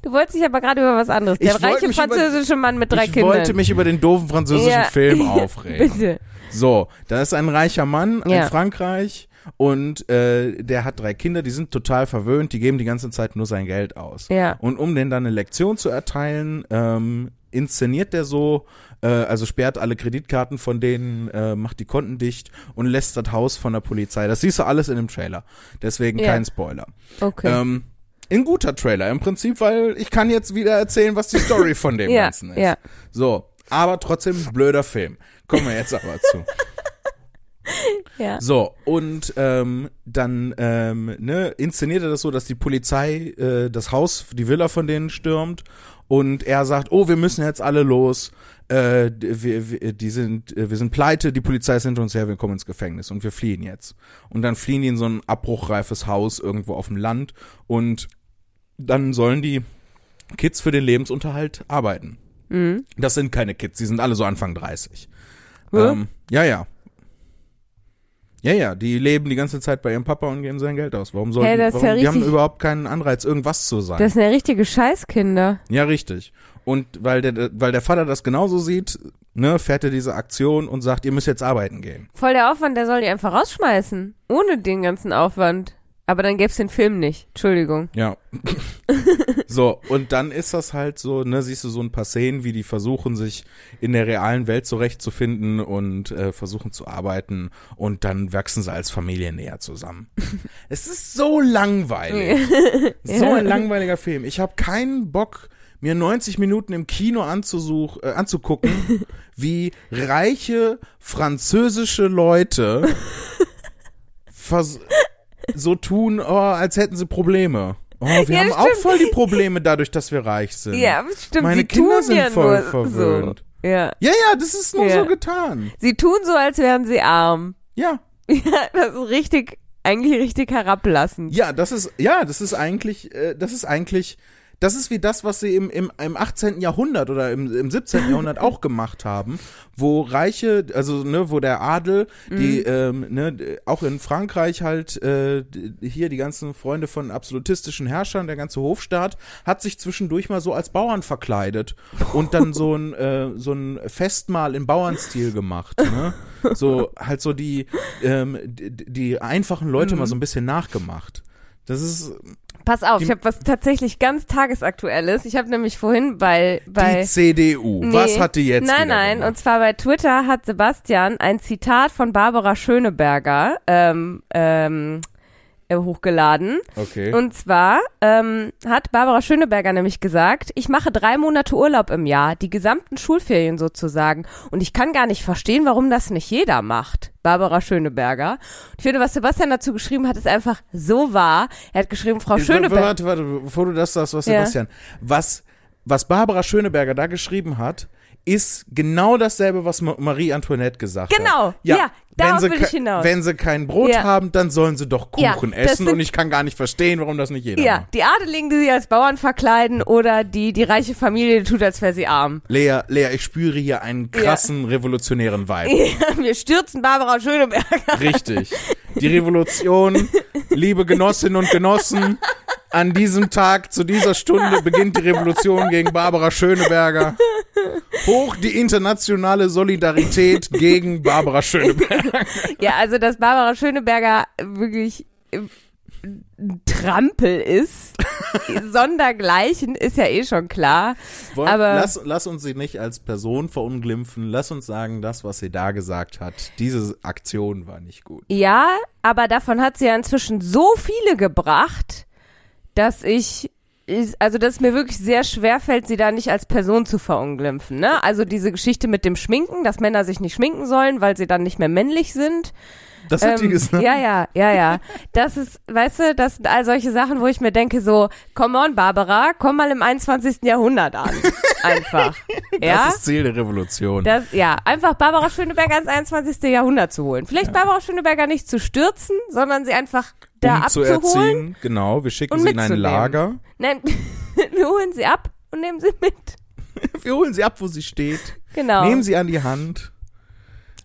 Speaker 2: Du wolltest dich aber gerade über was anderes. Der
Speaker 1: Ich wollte
Speaker 2: reiche
Speaker 1: mich über-
Speaker 2: französische Mann mit drei
Speaker 1: ich
Speaker 2: Kindern.
Speaker 1: wollte mich über den doofen französischen
Speaker 2: Ja.
Speaker 1: Film aufregen.
Speaker 2: Bitte.
Speaker 1: So, da ist ein reicher Mann
Speaker 2: Ja.
Speaker 1: in Frankreich und äh, der hat drei Kinder, die sind total verwöhnt, die geben die ganze Zeit nur sein Geld aus.
Speaker 2: Ja.
Speaker 1: Und um denen dann eine Lektion zu erteilen, ähm, inszeniert der so, äh, also sperrt alle Kreditkarten von denen, äh, macht die Konten dicht und lässt das Haus von der Polizei. Das siehst du alles in dem Trailer. Deswegen
Speaker 2: Ja.
Speaker 1: kein Spoiler.
Speaker 2: Okay.
Speaker 1: Ähm, ein guter Trailer im Prinzip, weil ich kann jetzt wieder erzählen, was die Story von dem
Speaker 2: ja,
Speaker 1: Ganzen ist.
Speaker 2: ja.
Speaker 1: So, aber trotzdem blöder Film. Kommen wir jetzt aber zu.
Speaker 2: Ja.
Speaker 1: So, und ähm, dann ähm, ne, inszeniert er das so, dass die Polizei äh, das Haus, die Villa von denen stürmt und er sagt, oh, wir müssen jetzt alle los, äh, d- wir, wir, die sind, äh, wir sind pleite, die Polizei ist hinter uns her, wir kommen ins Gefängnis und wir fliehen jetzt. Und dann fliehen die in so ein abbruchreifes Haus irgendwo auf dem Land und dann sollen die Kids für den Lebensunterhalt arbeiten.
Speaker 2: Mhm.
Speaker 1: Das sind keine Kids, die sind alle so Anfang 30.
Speaker 2: Hä?
Speaker 1: Ähm, ja, ja. Ja, ja, die leben die ganze Zeit bei ihrem Papa und geben sein Geld aus. Warum sollen
Speaker 2: Hey, das ist
Speaker 1: warum,
Speaker 2: ja
Speaker 1: die haben
Speaker 2: richtig-
Speaker 1: überhaupt keinen Anreiz, irgendwas zu sein?
Speaker 2: Das sind ja richtige Scheißkinder.
Speaker 1: ja, richtig. Und weil der, weil der Vater das genauso sieht, ne, fährt er diese Aktion und sagt, ihr müsst jetzt arbeiten gehen.
Speaker 2: Voll der Aufwand, der soll die einfach rausschmeißen. Ohne den ganzen Aufwand. Aber dann gäb's den Film nicht. Entschuldigung.
Speaker 1: Ja. so, und dann ist das halt so, ne, siehst du so ein paar Szenen, wie die versuchen, sich in der realen Welt zurechtzufinden und äh, versuchen zu arbeiten und dann wachsen sie als Familie näher zusammen. es ist so langweilig. so ein langweiliger Film. Ich habe keinen Bock, mir 90 Minuten im Kino anzusuch, äh, anzugucken, wie reiche französische Leute vers so tun, oh, als hätten sie Probleme. Oh, wir
Speaker 2: Ja,
Speaker 1: haben auch
Speaker 2: stimmt.
Speaker 1: voll die Probleme dadurch, dass wir reich sind.
Speaker 2: Ja, stimmt.
Speaker 1: Meine
Speaker 2: sie
Speaker 1: Kinder
Speaker 2: tun
Speaker 1: sind
Speaker 2: ja
Speaker 1: voll
Speaker 2: nur
Speaker 1: verwöhnt.
Speaker 2: So. Ja.
Speaker 1: Ja, ja, das ist nur
Speaker 2: Ja.
Speaker 1: so getan.
Speaker 2: Sie tun so, als wären sie arm.
Speaker 1: Ja.
Speaker 2: Ja, das ist richtig, eigentlich richtig herablassend.
Speaker 1: Ja, das ist, ja, das ist eigentlich, äh, das ist eigentlich Das ist wie das, was sie im, im, im 18. Jahrhundert oder im, im 17. Jahrhundert auch gemacht haben, wo Reiche, also ne, wo der Adel, die ähm, ne, auch in Frankreich halt äh, hier die ganzen Freunde von absolutistischen Herrschern, der ganze Hofstaat, hat sich zwischendurch mal so als Bauern verkleidet und dann so ein äh, so ein Festmahl im Bauernstil gemacht, ne? So halt so die ähm, die, die einfachen Leute mal so ein bisschen nachgemacht. Das ist
Speaker 2: Pass auf,
Speaker 1: Die-
Speaker 2: ich habe was tatsächlich ganz tagesaktuelles. Ich habe nämlich vorhin bei bei
Speaker 1: die CDU.
Speaker 2: Nee.
Speaker 1: Was hat die jetzt?
Speaker 2: Nein,
Speaker 1: wieder
Speaker 2: nein.
Speaker 1: gemacht?
Speaker 2: Und zwar bei Twitter hat Sebastian ein Zitat von Barbara Schöneberger ähm, ähm, äh, hochgeladen.
Speaker 1: okay.
Speaker 2: Und zwar ähm, hat Barbara Schöneberger nämlich gesagt, ich mache drei Monate Urlaub im Jahr, die gesamten Schulferien sozusagen. Und ich kann gar nicht verstehen, warum das nicht jeder macht. Barbara Schöneberger. Ich finde, was Sebastian dazu geschrieben hat, ist einfach so wahr. Er hat geschrieben, Frau Schöneberger.
Speaker 1: Warte, warte, warte, bevor du das sagst, was
Speaker 2: Ja.
Speaker 1: Sebastian. Was, was Barbara Schöneberger da geschrieben hat, ist genau dasselbe, was Ma- Marie Antoinette gesagt
Speaker 2: Genau,
Speaker 1: hat.
Speaker 2: ja,
Speaker 1: wenn
Speaker 2: darauf
Speaker 1: sie
Speaker 2: will ich
Speaker 1: ke-
Speaker 2: hinaus.
Speaker 1: Wenn sie kein Brot
Speaker 2: Ja.
Speaker 1: haben, dann sollen sie doch
Speaker 2: Ja,
Speaker 1: Kuchen
Speaker 2: das
Speaker 1: essen
Speaker 2: sind-
Speaker 1: und ich kann gar nicht verstehen, warum das nicht jeder
Speaker 2: Ja,
Speaker 1: macht.
Speaker 2: die Adeligen, die sie als Bauern verkleiden oder die, die reiche Familie, die tut, als wäre sie arm.
Speaker 1: Lea, Lea, ich spüre hier einen krassen revolutionären Vibe.
Speaker 2: Wir stürzen Barbara Schöneberger.
Speaker 1: Richtig. Die Revolution, liebe Genossinnen und Genossen, an diesem Tag, zu dieser Stunde beginnt die Revolution gegen Barbara Schöneberger. Hoch die internationale Solidarität gegen Barbara Schöneberger.
Speaker 2: Ja, also, dass Barbara Schöneberger wirklich äh, ein Trampel ist, sondergleichen, ist ja eh schon klar.
Speaker 1: Wollen-
Speaker 2: Aber-
Speaker 1: lass, lass uns sie nicht als Person verunglimpfen. Lass uns sagen, das, was sie da gesagt hat, diese Aktion war nicht gut.
Speaker 2: Ja, aber davon hat sie ja inzwischen so viele gebracht, dass ich, ist- also dass es mir wirklich sehr schwer fällt, sie da nicht als Person zu verunglimpfen. Ne? Also diese Geschichte mit dem Schminken, dass Männer sich nicht schminken sollen, weil sie dann nicht mehr männlich sind.
Speaker 1: Das hat die
Speaker 2: Ähm,
Speaker 1: gesagt.
Speaker 2: Ja, ja, ja, ja. Das ist, weißt du, das sind all solche Sachen, wo ich mir denke so, come on Barbara, komm mal im 21. Jahrhundert an. Einfach. ja?
Speaker 1: Das ist Ziel der Revolution.
Speaker 2: Das, ja, einfach Barbara Schöneberger ins 21. Jahrhundert zu holen. Vielleicht Barbara Schöneberger nicht zu stürzen, sondern sie einfach
Speaker 1: Um
Speaker 2: da abzuholen.
Speaker 1: Umzuerziehen, genau. Wir schicken
Speaker 2: und
Speaker 1: sie in ein
Speaker 2: mitzunehmen.
Speaker 1: Lager.
Speaker 2: Nein, wir holen sie ab und nehmen sie mit.
Speaker 1: Wir holen sie ab, wo sie steht.
Speaker 2: Genau.
Speaker 1: Nehmen Sie an die Hand.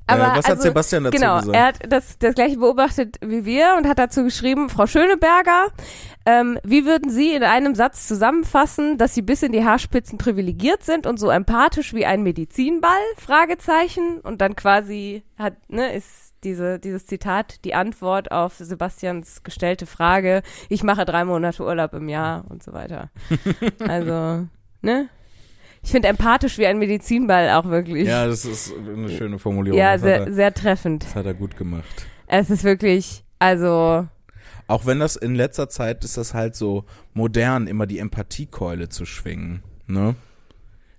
Speaker 2: Aber
Speaker 1: äh, was hat
Speaker 2: also,
Speaker 1: Sebastian dazu
Speaker 2: genau,
Speaker 1: gesagt?
Speaker 2: Er hat das, das gleiche beobachtet wie wir und hat dazu geschrieben, Frau Schöneberger, ähm, wie würden Sie in einem Satz zusammenfassen, dass Sie bis in die Haarspitzen privilegiert sind und so empathisch wie ein Medizinball? Fragezeichen. Und dann quasi hat, ne, ist diese, dieses Zitat die Antwort auf Sebastians gestellte Frage, ich mache drei Monate Urlaub im Jahr und so weiter. Also, ne? Ich finde empathisch wie ein Medizinball auch wirklich.
Speaker 1: ja, das ist eine schöne Formulierung.
Speaker 2: Ja,
Speaker 1: das, hat
Speaker 2: sehr,
Speaker 1: er,
Speaker 2: sehr treffend.
Speaker 1: das hat er gut gemacht.
Speaker 2: Es ist wirklich, also,
Speaker 1: Auch wenn das in letzter Zeit ist das halt so modern, immer die Empathiekeule zu schwingen. Ne?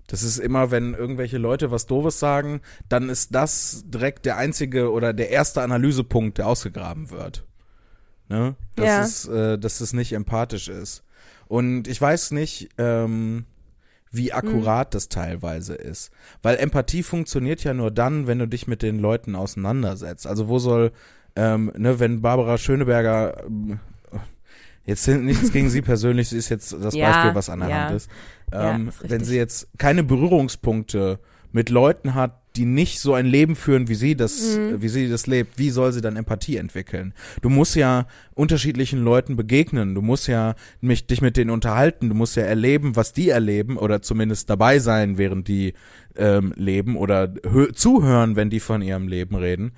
Speaker 1: Das ist immer, wenn irgendwelche Leute was Doofes sagen, dann ist das direkt der einzige oder der erste Analysepunkt, der ausgegraben wird. Ne? Dass,
Speaker 2: Ja.
Speaker 1: es, äh, dass es nicht empathisch ist. Und ich weiß nicht, ähm, wie akkurat das teilweise ist. Weil Empathie funktioniert ja nur dann, wenn du dich mit den Leuten auseinandersetzt. Also wo soll, ähm, ne, wenn Barbara Schöneberger, ähm, jetzt sind nichts gegen sie persönlich, sie ist jetzt das
Speaker 2: Ja,
Speaker 1: Beispiel, was an der
Speaker 2: ja.
Speaker 1: Hand ist.
Speaker 2: Ja,
Speaker 1: Ähm,
Speaker 2: ist richtig.
Speaker 1: wenn sie jetzt keine Berührungspunkte mit Leuten hat, die nicht so ein Leben führen, wie sie das,
Speaker 2: Mhm.
Speaker 1: wie sie das lebt, wie soll sie dann Empathie entwickeln? Du musst ja unterschiedlichen Leuten begegnen, du musst ja mich, dich mit denen unterhalten, du musst ja erleben, was die erleben oder zumindest dabei sein, während die ähm, leben oder hö- zuhören, wenn die von ihrem Leben reden,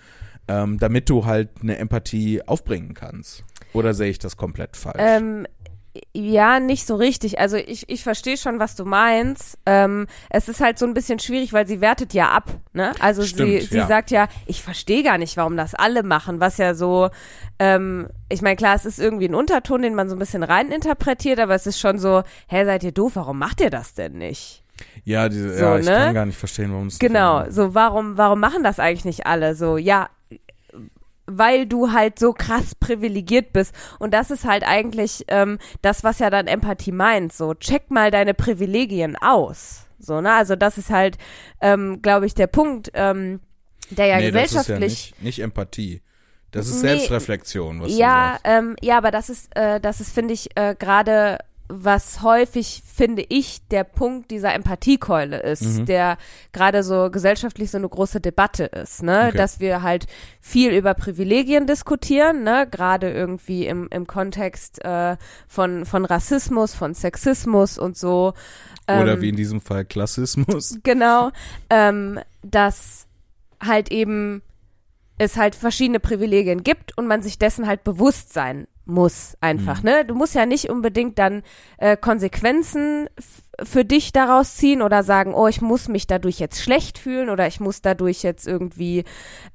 Speaker 1: ähm, damit du halt eine Empathie aufbringen kannst. Oder sehe ich das komplett falsch?
Speaker 2: ähm, ja, nicht so richtig. Also ich, ich verstehe schon, was du meinst. Ähm, es ist halt so ein bisschen schwierig, weil sie wertet ja ab. Ne? Also
Speaker 1: Stimmt,
Speaker 2: sie, sie
Speaker 1: ja.
Speaker 2: sagt ja, ich verstehe gar nicht, warum das alle machen, was ja so, ähm, ich meine, klar, es ist irgendwie ein Unterton, den man so ein bisschen reininterpretiert, aber es ist schon so, hä, seid ihr doof, warum macht ihr das denn nicht?
Speaker 1: ja, diese,
Speaker 2: so,
Speaker 1: ja, ich
Speaker 2: ne?
Speaker 1: kann gar nicht verstehen, warum es
Speaker 2: Genau, so warum, warum machen das eigentlich nicht alle? So, ja, weil du halt so krass privilegiert bist. Und das ist halt eigentlich ähm, das, was ja dann Empathie meint. So, check mal deine Privilegien aus. So, ne? Also das ist halt, ähm, glaube ich, der Punkt, ähm, der ja
Speaker 1: nee, Das
Speaker 2: gesellschaftlich.
Speaker 1: ist ja nicht, nicht Empathie. Das ist
Speaker 2: Nee.
Speaker 1: Selbstreflexion, was du
Speaker 2: ja,
Speaker 1: sagst.
Speaker 2: ähm, ja, aber das ist, äh, das ist, finde ich, äh, gerade was häufig, finde ich, der Punkt dieser Empathiekeule ist,
Speaker 1: Mhm.
Speaker 2: der gerade so gesellschaftlich so eine große Debatte ist, ne?
Speaker 1: Okay.
Speaker 2: Dass wir halt viel über Privilegien diskutieren, ne? Gerade irgendwie im, im Kontext äh, von, von Rassismus, von Sexismus und so.
Speaker 1: Oder
Speaker 2: Ähm,
Speaker 1: wie in diesem Fall Klassismus.
Speaker 2: genau, ähm, dass halt eben es halt verschiedene Privilegien gibt und man sich dessen halt bewusst sein muss einfach, ne? Du musst ja nicht unbedingt dann äh, Konsequenzen f- für dich daraus ziehen oder sagen, oh, ich muss mich dadurch jetzt schlecht fühlen oder ich muss dadurch jetzt irgendwie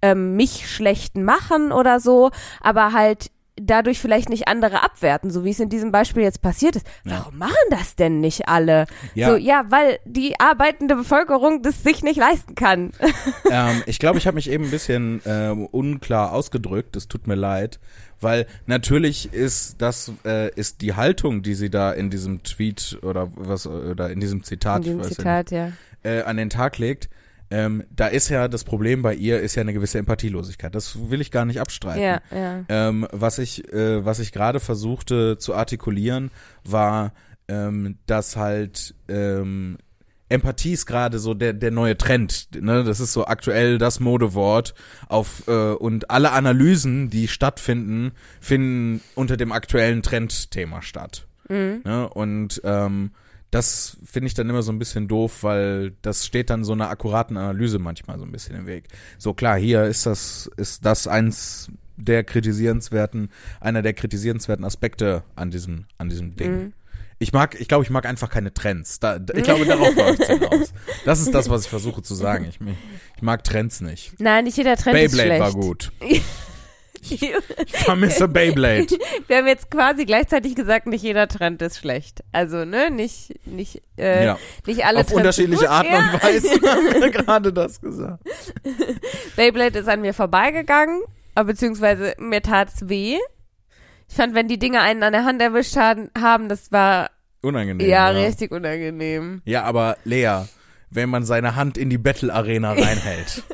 Speaker 2: ähm, mich schlecht machen oder so, aber halt dadurch vielleicht nicht andere abwerten, so wie es in diesem Beispiel jetzt passiert ist. Warum machen das denn nicht alle?
Speaker 1: Ja.
Speaker 2: So, ja, weil die arbeitende Bevölkerung das sich nicht leisten kann.
Speaker 1: ähm, ich glaube, ich habe mich eben ein bisschen ähm, unklar ausgedrückt. Es tut mir leid, weil natürlich ist das äh, ist die Haltung, die sie da in diesem Tweet oder was oder in diesem Zitat,
Speaker 2: In diesem
Speaker 1: ich weiß ja
Speaker 2: Zitat, ja.
Speaker 1: äh, an den Tag legt, ähm, da ist ja das Problem bei ihr ist ja eine gewisse Empathielosigkeit. Das will ich gar nicht abstreiten.
Speaker 2: Ja, ja.
Speaker 1: Ähm, was ich, äh, was ich gerade versuchte zu artikulieren, war, ähm, dass halt ähm, Empathie ist gerade so der, der neue Trend. Ne? Das ist so aktuell das Modewort auf äh, und alle Analysen, die stattfinden, finden unter dem aktuellen Trendthema statt. Ne? Und ähm, das finde ich dann immer so ein bisschen doof, weil das steht dann so einer akkuraten Analyse manchmal so ein bisschen im Weg. So klar, hier ist das, ist das eins der kritisierenswerten, einer der kritisierenswerten Aspekte an diesem, an diesem Ding.
Speaker 2: Mhm.
Speaker 1: Ich mag, ich glaube, ich mag einfach keine Trends. Da, da, ich glaube, darauf läuft's hinaus. Das ist das, was ich versuche zu sagen. Ich, ich mag Trends nicht.
Speaker 2: Nein, nicht jeder Trend ist
Speaker 1: Beyblade
Speaker 2: schlecht.
Speaker 1: war gut. Ich vermisse Beyblade.
Speaker 2: Wir haben jetzt quasi gleichzeitig gesagt, nicht jeder Trend ist schlecht. Also, ne, nicht, nicht, äh,
Speaker 1: Ja.
Speaker 2: nicht alle
Speaker 1: Auf
Speaker 2: Trends sind
Speaker 1: unterschiedliche
Speaker 2: gut.
Speaker 1: Arten
Speaker 2: ja.
Speaker 1: und Weisen haben wir gerade das gesagt.
Speaker 2: Beyblade ist an mir vorbeigegangen, aber beziehungsweise mir tat's weh. Ich fand, wenn die Dinge einen an der Hand erwischt haben, haben das war
Speaker 1: Unangenehm. Ja,
Speaker 2: ja, richtig unangenehm.
Speaker 1: ja, aber Lea, wenn man seine Hand in die Battle Arena reinhält,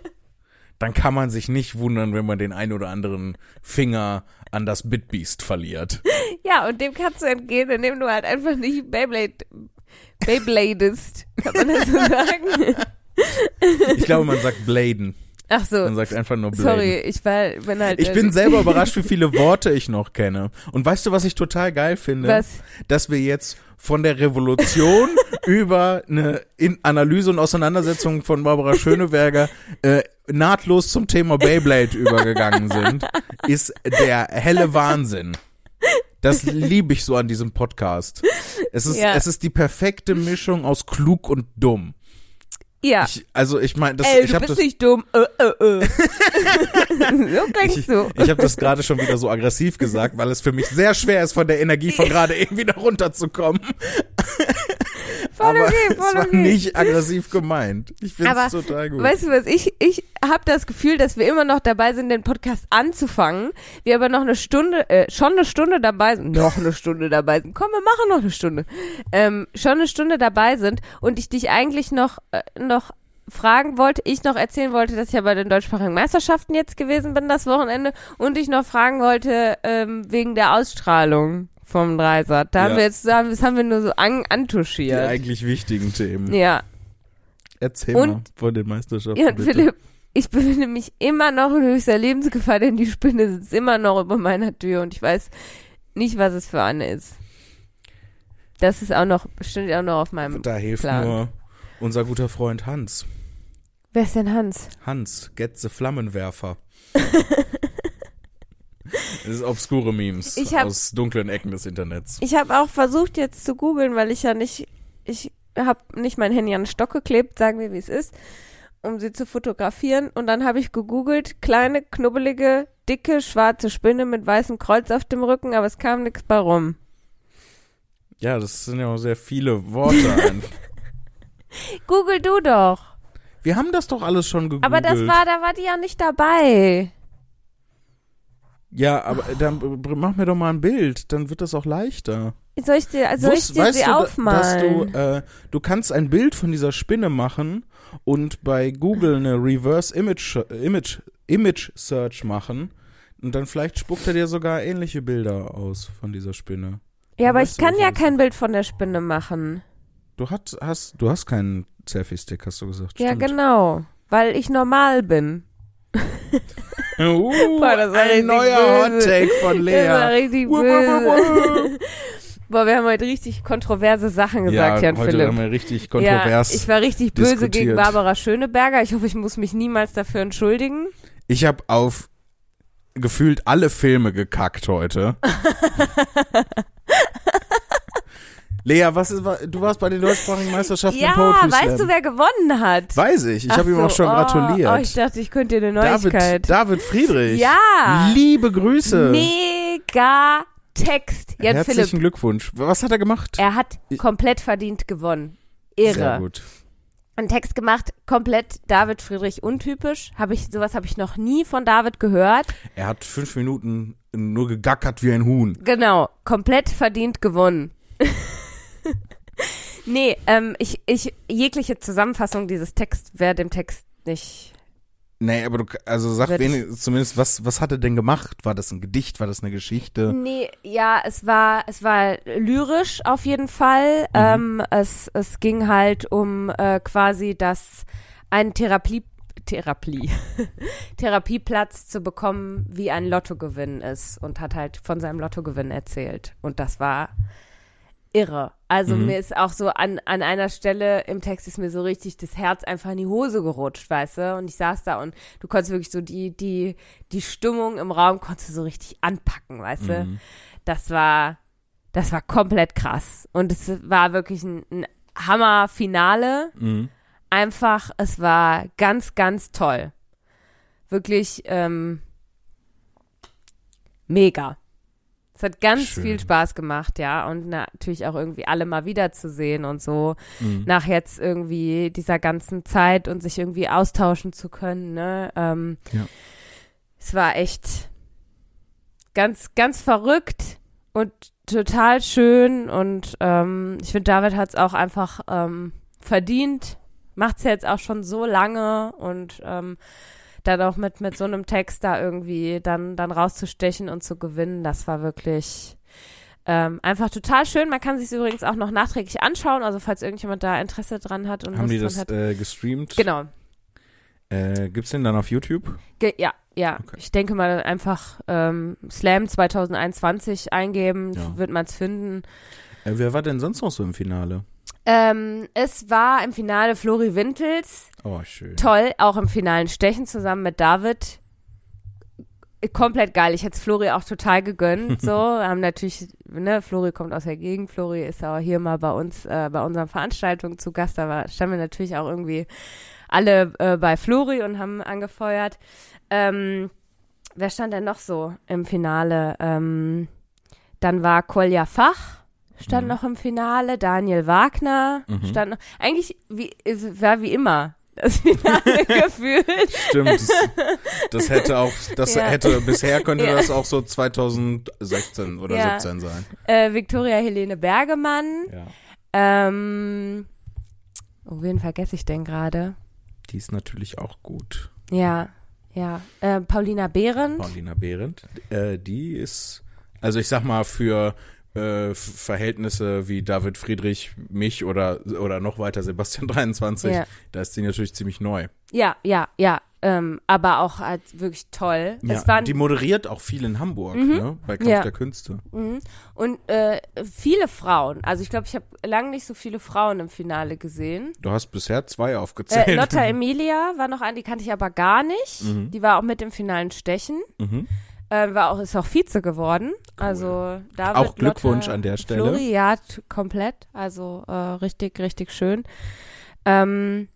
Speaker 1: dann kann man sich nicht wundern, wenn man den ein oder anderen Finger an das Bitbeast verliert.
Speaker 2: Ja, und dem kannst du entgehen, indem du halt einfach nicht Beyblade, Beybladest, kann man das so sagen?
Speaker 1: Ich glaube, man sagt Bladen.
Speaker 2: Ach so,
Speaker 1: Man sagt einfach nur Bladen.
Speaker 2: sorry, ich war, bin halt.
Speaker 1: Ich bin
Speaker 2: äh,
Speaker 1: selber überrascht, wie viele Worte ich noch kenne. Und weißt du, was ich total geil finde?
Speaker 2: Was?
Speaker 1: Dass wir jetzt von der Revolution über eine in Analyse und Auseinandersetzung von Barbara Schöneberger äh, nahtlos zum Thema Beyblade übergegangen sind, ist äh, der helle Wahnsinn. Das liebe ich so an diesem Podcast. Es ist,
Speaker 2: Ja.
Speaker 1: es ist die perfekte Mischung aus klug und dumm.
Speaker 2: Ja.
Speaker 1: Ich, also ich meine, das-
Speaker 2: Ey,
Speaker 1: ich
Speaker 2: du
Speaker 1: habe
Speaker 2: bist
Speaker 1: das
Speaker 2: nicht dumm. Äh, äh, äh. so klingst
Speaker 1: Ich,
Speaker 2: du.
Speaker 1: ich habe das gerade schon wieder so aggressiv gesagt, weil es für mich sehr schwer ist, von der Energie von gerade eben wieder runterzukommen.
Speaker 2: Voll
Speaker 1: Aber
Speaker 2: okay,
Speaker 1: es
Speaker 2: voll
Speaker 1: war
Speaker 2: okay.
Speaker 1: nicht aggressiv gemeint. Ich finde
Speaker 2: Aber
Speaker 1: es total gut.
Speaker 2: Weißt du was, ich, ich habe das Gefühl, dass wir immer noch dabei sind, den Podcast anzufangen. Wir aber noch eine Stunde, äh, schon eine Stunde dabei sind, noch eine Stunde dabei sind. Komm, wir machen noch eine Stunde. Ähm, schon eine Stunde dabei sind und ich dich eigentlich noch, äh, noch fragen wollte, ich noch erzählen wollte, dass ich ja bei den deutschsprachigen Meisterschaften jetzt gewesen bin das Wochenende und ich noch fragen wollte ähm, wegen der Ausstrahlung vom Dreisat. Da haben
Speaker 1: Ja.
Speaker 2: wir jetzt, da haben- das haben wir nur so an,
Speaker 1: Die
Speaker 2: antuschiert.
Speaker 1: eigentlich wichtigen Themen.
Speaker 2: Ja,
Speaker 1: Erzähl
Speaker 2: Und-
Speaker 1: mal von den Meisterschaften.
Speaker 2: Ja, und
Speaker 1: bitte.
Speaker 2: Philipp, ich befinde mich immer noch in höchster Lebensgefahr, denn die Spinne sitzt immer noch über meiner Tür und ich weiß nicht, was es für eine ist. Das ist auch noch, steht auch noch auf meinem.
Speaker 1: Da hilft
Speaker 2: Plan.
Speaker 1: nur unser guter Freund Hans.
Speaker 2: Wer ist denn Hans?
Speaker 1: Hans, get the Flammenwerfer. Das ist obskure Memes
Speaker 2: Ich hab-
Speaker 1: aus dunklen Ecken des Internets.
Speaker 2: Ich habe auch versucht jetzt zu googeln, weil ich ja nicht, ich habe nicht mein Handy an den Stock geklebt, sagen wir, wie es ist, um sie zu fotografieren. Und dann habe ich gegoogelt, kleine, knubbelige, dicke, schwarze Spinne mit weißem Kreuz auf dem Rücken, aber es kam nichts bei rum.
Speaker 1: Ja, das sind ja auch sehr viele Worte. einfach.
Speaker 2: Google du doch.
Speaker 1: Wir haben das doch alles schon gegoogelt.
Speaker 2: Aber das war, da war die ja nicht dabei.
Speaker 1: Ja, aber äh, dann b- mach mir doch mal ein Bild, dann wird das auch leichter.
Speaker 2: Soll ich dir, soll ich
Speaker 1: Wusst-
Speaker 2: dir
Speaker 1: weißt
Speaker 2: sie
Speaker 1: du, da- Dass
Speaker 2: aufmalen?
Speaker 1: du, äh, du kannst ein Bild von dieser Spinne machen und bei Google eine Reverse Image, äh, Image, Image Search machen und dann vielleicht spuckt er dir sogar ähnliche Bilder aus von dieser Spinne.
Speaker 2: Ja, aber
Speaker 1: weißt
Speaker 2: ich
Speaker 1: du,
Speaker 2: kann
Speaker 1: was
Speaker 2: ja
Speaker 1: alles-
Speaker 2: kein Bild von der Spinne machen.
Speaker 1: Du hast, hast, du hast keinen Selfie-Stick, hast du gesagt.
Speaker 2: Ja,
Speaker 1: Stimmt.
Speaker 2: genau. Weil ich normal bin.
Speaker 1: Uh,
Speaker 2: Boah, das war richtig
Speaker 1: ein neuer
Speaker 2: böse.
Speaker 1: Hot-Take von
Speaker 2: Das war
Speaker 1: Lea.
Speaker 2: richtig
Speaker 1: Wuh, wuh, wuh,
Speaker 2: böse.
Speaker 1: wuh.
Speaker 2: Boah, wir haben heute richtig kontroverse Sachen gesagt,
Speaker 1: ja,
Speaker 2: Jan
Speaker 1: heute
Speaker 2: Philipp.
Speaker 1: haben wir richtig
Speaker 2: ja,
Speaker 1: kontrovers.
Speaker 2: ich war richtig böse gegen
Speaker 1: diskutiert.
Speaker 2: Barbara Schöneberger. Ich hoffe, ich muss mich niemals dafür entschuldigen.
Speaker 1: ich habe auf gefühlt alle Filme gekackt heute. Lea, was ist, wa- du warst bei den deutschsprachigen Meisterschaften
Speaker 2: ja,
Speaker 1: im Poetry
Speaker 2: weißt du,
Speaker 1: Slam.
Speaker 2: wer gewonnen hat?
Speaker 1: Weiß ich, ich
Speaker 2: Ach
Speaker 1: habe ihm auch
Speaker 2: so,
Speaker 1: schon
Speaker 2: oh,
Speaker 1: gratuliert.
Speaker 2: Oh, ich dachte, ich könnte dir eine Neuigkeit.
Speaker 1: David, David Friedrich.
Speaker 2: ja,
Speaker 1: Liebe Grüße.
Speaker 2: mega Text. Jan
Speaker 1: Herzlichen
Speaker 2: Philipp,
Speaker 1: Glückwunsch. Was hat er gemacht?
Speaker 2: er hat
Speaker 1: Ich-
Speaker 2: komplett verdient gewonnen.
Speaker 1: Sehr
Speaker 2: Irre.
Speaker 1: gut.
Speaker 2: einen Text gemacht, komplett David Friedrich untypisch. Habe ich sowas habe ich noch nie von David gehört.
Speaker 1: Er hat fünf Minuten nur gegackert wie ein Huhn.
Speaker 2: Genau, komplett verdient gewonnen. nee, ähm, ich, ich jegliche Zusammenfassung dieses Texts wäre dem Text nicht.
Speaker 1: Nee, aber du, also sag
Speaker 2: Wird-
Speaker 1: wenigstens zumindest, was, was hat er denn gemacht? War das ein Gedicht? War das eine Geschichte?
Speaker 2: Nee, ja, es war es war lyrisch auf jeden Fall. Ähm, es es ging halt um äh, quasi das einen Therapie Therapie Therapieplatz zu bekommen, wie ein Lottogewinn ist und hat halt von seinem Lottogewinn erzählt. Und das war irre. Also mir ist auch so an, an einer Stelle im Text ist mir so richtig das Herz einfach in die Hose gerutscht, weißt du? Und ich saß da und du konntest wirklich so die, die, die Stimmung im Raum konntest du so richtig anpacken, weißt du? Das war, das war komplett krass. Und es war wirklich ein, ein Hammer-Finale
Speaker 1: Mhm.
Speaker 2: einfach, es war ganz, ganz toll. Wirklich ähm, mega. Es hat ganz
Speaker 1: Schön.
Speaker 2: viel Spaß gemacht, ja. Und natürlich auch irgendwie alle mal wiederzusehen und so.
Speaker 1: Mhm.
Speaker 2: Nach jetzt irgendwie dieser ganzen Zeit und sich irgendwie austauschen zu können, ne? Ähm,
Speaker 1: Ja.
Speaker 2: Es war echt ganz, ganz verrückt und total schön. Und ähm, ich finde, David hat es auch einfach ähm, verdient macht's ja jetzt auch schon so lange und ähm, dann auch mit, mit so einem Text da irgendwie dann, dann rauszustechen und zu gewinnen, das war wirklich ähm, einfach total schön. Man kann sich übrigens auch noch nachträglich anschauen, also falls irgendjemand da Interesse dran hat und
Speaker 1: Haben
Speaker 2: Lust
Speaker 1: die
Speaker 2: dran
Speaker 1: das
Speaker 2: Hm, hat.
Speaker 1: äh, gestreamt?
Speaker 2: Genau.
Speaker 1: Äh, gibt's den dann auf YouTube?
Speaker 2: Ge ja, ja.
Speaker 1: Okay.
Speaker 2: Ich denke mal einfach ähm, Slam 2021 eingeben,
Speaker 1: Ja.
Speaker 2: wird man's finden.
Speaker 1: Äh, wer war denn sonst noch so im Finale?
Speaker 2: Ähm, es war im Finale Flori Wintels,
Speaker 1: Oh, schön.
Speaker 2: Toll, auch im finalen Stechen zusammen mit David. Komplett geil. Ich hätte es Flori auch total gegönnt. So, Wir haben natürlich, ne, Flori kommt aus der Gegend. Flori ist auch hier mal bei uns, äh, bei unseren Veranstaltungen zu Gast. Da war, standen wir natürlich auch irgendwie alle äh, bei Flori und haben angefeuert. Ähm, wer stand denn noch so im Finale? Ähm, dann war Kolja Fach, stand
Speaker 1: Mhm.
Speaker 2: noch im Finale. Daniel Wagner
Speaker 1: Mhm.
Speaker 2: stand noch. Eigentlich wie, es war wie immer das Finale gefühlt.
Speaker 1: Stimmt. Das, das hätte auch, das
Speaker 2: Ja.
Speaker 1: hätte, bisher könnte
Speaker 2: Ja.
Speaker 1: das auch so 2016 oder
Speaker 2: Ja.
Speaker 1: 17 sein.
Speaker 2: Äh, Victoria Helene Bergemann.
Speaker 1: Ja.
Speaker 2: Ähm, oh, wen vergesse ich denn gerade?
Speaker 1: Die ist natürlich auch gut.
Speaker 2: Ja, ja. Äh, Paulina Behrendt.
Speaker 1: Paulina Behrendt. Äh, die ist, also ich sag mal, für äh, F- Verhältnisse wie David Friedrich, mich oder, oder noch weiter Sebastian 23,
Speaker 2: Ja.
Speaker 1: da ist die natürlich ziemlich neu.
Speaker 2: Ja, ja, ja. Ähm, aber auch als wirklich toll. es waren Mhm.
Speaker 1: die moderiert auch viel in Hamburg, ne? bei Kampf
Speaker 2: Ja.
Speaker 1: der Künste.
Speaker 2: Mhm. Und äh, viele Frauen. Also ich glaube, ich habe lange nicht so viele Frauen im Finale gesehen.
Speaker 1: Du hast bisher zwei aufgezählt.
Speaker 2: Äh, Lotta Emilia war noch eine, die kannte ich aber gar nicht. Die war auch mit im finalen Stechen.
Speaker 1: Mhm.
Speaker 2: Äh, war auch, ist auch Vize geworden. Also da
Speaker 1: Auch Glückwunsch
Speaker 2: Lotta,
Speaker 1: an der Stelle.
Speaker 2: Flori, ja, t- komplett. Also äh, richtig, richtig schön. Ähm,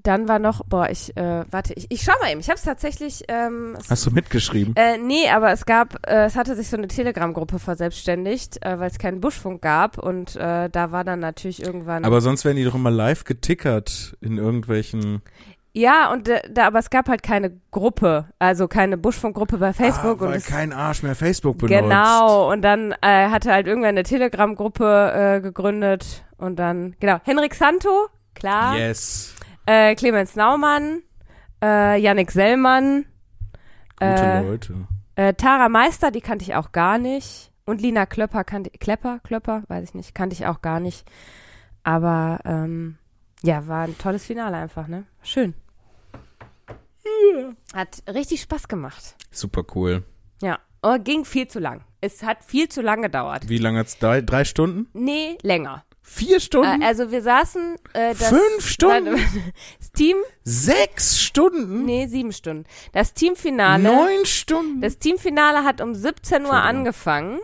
Speaker 2: dann war noch, boah, ich, äh, warte, ich, ich schau mal eben. Ich habe es tatsächlich, ähm, es
Speaker 1: Hast du mitgeschrieben?
Speaker 2: äh, nee, aber es gab, äh, es hatte sich so eine Telegram-Gruppe verselbstständigt, äh, weil es keinen Buschfunk gab und äh, da war dann natürlich irgendwann.
Speaker 1: Aber sonst werden die doch immer live getickert in irgendwelchen.
Speaker 2: ja, und äh, da, aber es gab halt keine Gruppe, also keine Buschfunk-Gruppe bei Facebook
Speaker 1: ah,
Speaker 2: und
Speaker 1: weil
Speaker 2: es,
Speaker 1: kein Arsch mehr Facebook benutzt.
Speaker 2: genau. Und dann äh, hatte halt irgendwann eine Telegram-Gruppe äh, gegründet und dann genau Henrik Santo, klar,
Speaker 1: Yes.
Speaker 2: äh, Clemens Naumann, äh, Yannick Sellmann,
Speaker 1: Gute
Speaker 2: Äh,
Speaker 1: Leute.
Speaker 2: äh, Tara Meister, die kannte ich auch gar nicht. Und Lina Klöpper kannte Klepper, Klöpper, weiß ich nicht, kannte ich auch gar nicht. Aber ähm, ja, war ein tolles Finale einfach, ne? Schön. Hat richtig Spaß gemacht.
Speaker 1: Super cool.
Speaker 2: Ja. Aber ging viel zu lang. Es hat viel zu lang gedauert.
Speaker 1: Wie lange hat's da? Drei Stunden?
Speaker 2: Nee, länger.
Speaker 1: Vier Stunden?
Speaker 2: Äh, also wir saßen äh, das,
Speaker 1: Fünf Stunden?
Speaker 2: Nein, das Team,
Speaker 1: Sechs Stunden?
Speaker 2: nee, sieben Stunden. Das Teamfinale.
Speaker 1: Neun Stunden?
Speaker 2: Das Teamfinale hat um 17 Uhr
Speaker 1: Entschuldigung.
Speaker 2: angefangen.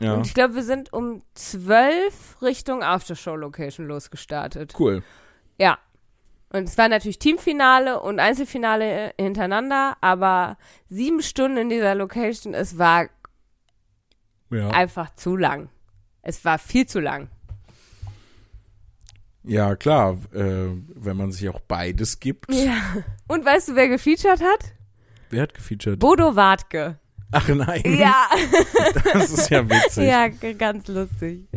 Speaker 1: ja,
Speaker 2: Und ich glaube, wir sind um 12 Richtung Aftershow-Location losgestartet.
Speaker 1: cool.
Speaker 2: Ja. Und es war natürlich Teamfinale und Einzelfinale hintereinander, aber sieben Stunden in dieser Location, es war
Speaker 1: Ja.
Speaker 2: einfach zu lang. Es war viel zu lang.
Speaker 1: ja, klar, äh, wenn man sich auch beides gibt.
Speaker 2: Ja. Und weißt du, wer gefeatured hat?
Speaker 1: Wer hat gefeatured?
Speaker 2: Bodo Wartke.
Speaker 1: Ach nein,
Speaker 2: Ja,
Speaker 1: das ist ja witzig.
Speaker 2: ja, g- ganz lustig.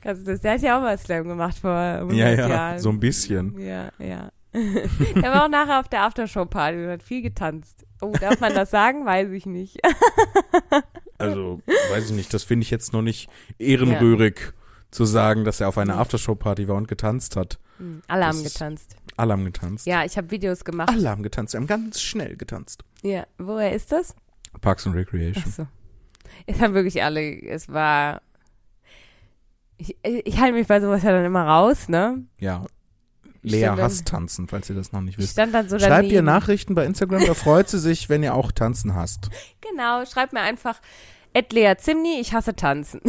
Speaker 2: Ganz lustig. Der hat ja auch mal Slam gemacht vor 100
Speaker 1: ja, ja,
Speaker 2: Jahren.
Speaker 1: so ein bisschen.
Speaker 2: Ja, ja. er war auch nachher auf der Aftershow-Party und hat viel getanzt. Oh, darf man das sagen? Weiß ich nicht.
Speaker 1: Also, weiß ich nicht, das finde ich jetzt noch nicht ehrenrührig zu sagen, dass er auf einer Aftershow-Party war und getanzt hat.
Speaker 2: Hm, Alle haben
Speaker 1: Das ist-
Speaker 2: getanzt.
Speaker 1: Alle haben getanzt.
Speaker 2: Ja, ich habe Videos gemacht.
Speaker 1: Alle haben getanzt, sie haben ganz schnell getanzt.
Speaker 2: Ah, Ja, woher ist das?
Speaker 1: Parks and Recreation.
Speaker 2: Achso. Es haben wirklich alle, es war. Ich, ich halte mich bei sowas ja dann immer raus, ne?
Speaker 1: Ja.
Speaker 2: Ich
Speaker 1: Lea
Speaker 2: stand dann-
Speaker 1: hasst tanzen, falls ihr das noch nicht
Speaker 2: Ich
Speaker 1: wisst.
Speaker 2: stand dann so daneben.
Speaker 1: Schreibt ihr Nachrichten bei Instagram, da freut sie sich, wenn ihr auch tanzen hasst.
Speaker 2: Genau, schreibt mir einfach Edlea Zimni, ich hasse tanzen.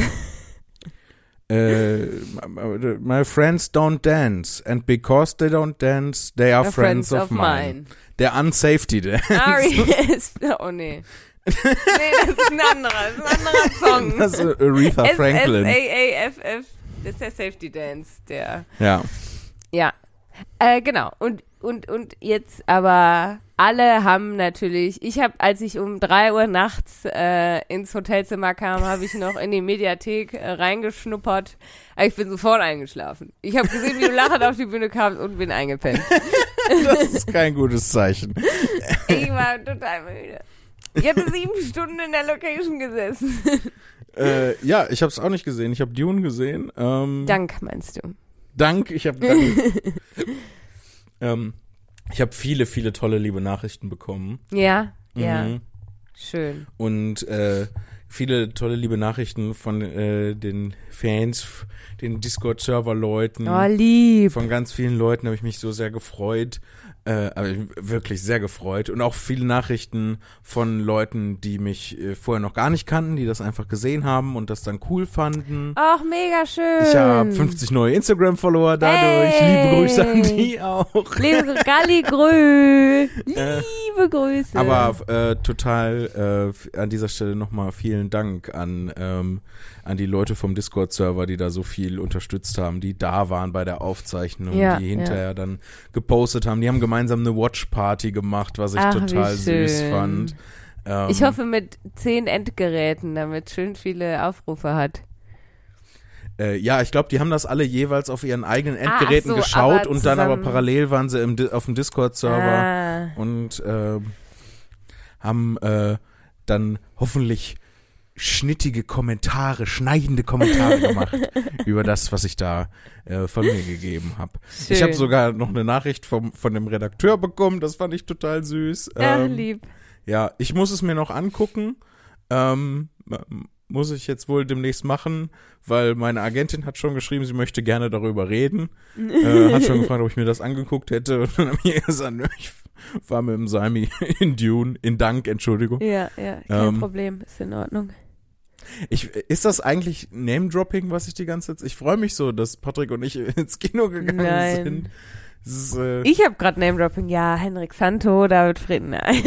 Speaker 1: Äh, my my friends don't dance and because they don't dance, they are friends, of, mine. Der Unsafety Dance.
Speaker 2: Ari ist. Oh nee. Nee, das ist ein anderer, das ist ein anderer Song.
Speaker 1: Das ist Aretha Franklin.
Speaker 2: S-S-A-A-F-F. Das ist der Safety Dance, der.
Speaker 1: Ja.
Speaker 2: Ja. Äh, genau. Und, und, und jetzt aber alle haben natürlich, ich habe, als ich um 3 Uhr nachts äh, ins Hotelzimmer kam, habe ich noch in die Mediathek äh, reingeschnuppert. Aber ich bin sofort eingeschlafen. Ich habe gesehen, wie du lachend auf die Bühne kamst und bin eingepennt.
Speaker 1: Das ist kein gutes Zeichen.
Speaker 2: Ich war total müde. Ich hatte sieben Stunden in der Location gesessen.
Speaker 1: Äh, ja, ich habe es auch nicht gesehen. Ich habe Dune gesehen. Ähm,
Speaker 2: Dank, meinst du?
Speaker 1: Dank, ich habe Dank. ähm, ich habe viele, viele tolle, liebe Nachrichten bekommen.
Speaker 2: Ja, ja.
Speaker 1: Mhm.
Speaker 2: Schön.
Speaker 1: Und äh, viele tolle, liebe Nachrichten von äh, den Fans, f- den Discord-Server-Leuten.
Speaker 2: Oh, lieb.
Speaker 1: Von ganz vielen Leuten habe ich mich so sehr gefreut. Äh, aber ich- wirklich sehr gefreut. Und auch viele Nachrichten von Leuten, die mich äh, vorher noch gar nicht kannten, die das einfach gesehen haben und das dann cool fanden.
Speaker 2: Ach, mega schön.
Speaker 1: Ich habe 50 neue Instagram-Follower dadurch.
Speaker 2: Hey.
Speaker 1: Liebe Grüße an die auch.
Speaker 2: Liebe
Speaker 1: Äh,
Speaker 2: Galligrü. Liebe Grüße.
Speaker 1: aber äh, total äh, f- an dieser Stelle nochmal vielen Dank an, ähm, an die Leute vom Discord-Server, die da so viel unterstützt haben, die da waren bei der Aufzeichnung,
Speaker 2: Ja,
Speaker 1: die
Speaker 2: ja.
Speaker 1: hinterher dann gepostet haben. Die haben gemeinsam eine Watch-Party gemacht, was ich
Speaker 2: Ach, wie
Speaker 1: total süß
Speaker 2: schön.
Speaker 1: fand. Ähm,
Speaker 2: ich hoffe mit zehn Endgeräten, damit schön viele Aufrufe hat.
Speaker 1: Äh, ja, ich glaube, die haben das alle jeweils auf ihren eigenen
Speaker 2: Ah,
Speaker 1: Endgeräten
Speaker 2: ach so,
Speaker 1: geschaut
Speaker 2: aber
Speaker 1: und dann aber
Speaker 2: zusammen-
Speaker 1: parallel waren sie im, Di- auf dem Discord-Server
Speaker 2: Ah,
Speaker 1: und äh, haben äh, dann hoffentlich schnittige Kommentare, schneidende Kommentare gemacht über das, was ich da äh, von mir gegeben habe. Ich habe
Speaker 2: schön.
Speaker 1: sogar noch eine Nachricht vom, von dem Redakteur bekommen, das fand ich total süß.
Speaker 2: Ach,
Speaker 1: Ähm,
Speaker 2: lieb.
Speaker 1: ja, ich muss es mir noch angucken. Ähm, m- muss ich jetzt wohl demnächst machen, weil meine Agentin hat schon geschrieben, sie möchte gerne darüber reden. äh, hat schon gefragt, ob ich mir das angeguckt hätte. Und dann habe ich gesagt, nö, ich war mit dem Salmi in Dune, in Dank, Entschuldigung.
Speaker 2: Ja, ja, kein
Speaker 1: ähm,
Speaker 2: Problem. Ist in Ordnung.
Speaker 1: Ich, ist das eigentlich Name-Dropping, was ich die ganze Zeit... Ich freue mich so, dass Patrick und ich ins Kino gegangen
Speaker 2: Nein.
Speaker 1: sind. Es ist, äh,
Speaker 2: Ich habe gerade Name-Dropping. Ja, Henrik Santo, David Frieden. Nein.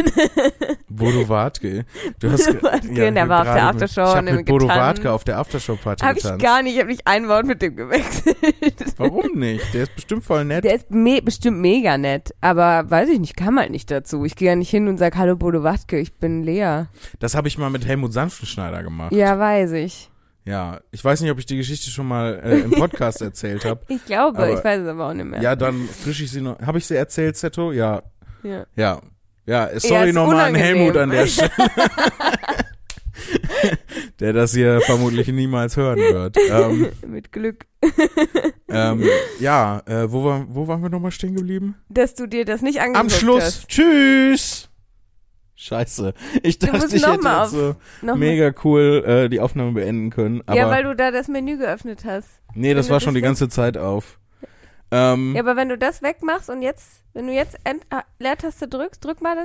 Speaker 1: Bodo Wartke. Du hast
Speaker 2: Bodo Wartke, der war auf
Speaker 1: gerade
Speaker 2: der
Speaker 1: mit-
Speaker 2: Aftershow
Speaker 1: Ich
Speaker 2: und
Speaker 1: habe
Speaker 2: im
Speaker 1: mit Bodo
Speaker 2: getanzt.
Speaker 1: Wartke auf der Aftershow-Party
Speaker 2: habe
Speaker 1: getanzt.
Speaker 2: ich gar nicht. Ich habe nicht ein Wort mit dem gewechselt.
Speaker 1: Warum nicht? Der ist bestimmt voll nett.
Speaker 2: Der ist me bestimmt mega nett, aber weiß ich nicht, kam halt nicht dazu. Ich gehe ja nicht hin und sag Hallo Bodo Wachtke, ich bin Lea.
Speaker 1: Das habe ich mal mit Helmut Sanftenschneider gemacht.
Speaker 2: Ja, weiß ich.
Speaker 1: Ja. Ich weiß nicht, ob ich die Geschichte schon mal äh, im Podcast erzählt habe.
Speaker 2: Ich glaube,
Speaker 1: Aber-
Speaker 2: ich weiß es aber auch nicht mehr.
Speaker 1: Ja, dann frisch ich sie noch. Habe ich sie erzählt, Zetto? Ja.
Speaker 2: Ja.
Speaker 1: Ja. Ja, äh, sorry
Speaker 2: ist
Speaker 1: nochmal an
Speaker 2: unangenehm.
Speaker 1: Helmut an der Stelle. der das hier vermutlich niemals hören wird. Ähm,
Speaker 2: Mit Glück.
Speaker 1: ähm, ja, äh, wo, war, wo waren wir nochmal stehen geblieben?
Speaker 2: Dass du dir das nicht angeguckt
Speaker 1: Am Schluss.
Speaker 2: hast.
Speaker 1: Tschüss! Scheiße. Ich
Speaker 2: Du
Speaker 1: dachte,
Speaker 2: musst
Speaker 1: ich
Speaker 2: noch
Speaker 1: hätte
Speaker 2: mal
Speaker 1: jetzt so
Speaker 2: Nochmal.
Speaker 1: mega cool äh, die Aufnahme beenden können. Aber
Speaker 2: ja, weil du da das Menü geöffnet hast.
Speaker 1: nee, das
Speaker 2: wenn du
Speaker 1: war schon
Speaker 2: das
Speaker 1: die ganze Zeit auf. Ähm,
Speaker 2: Ja, aber wenn du das wegmachst und jetzt, wenn du jetzt End ah, äh, Leertaste drückst, drück mal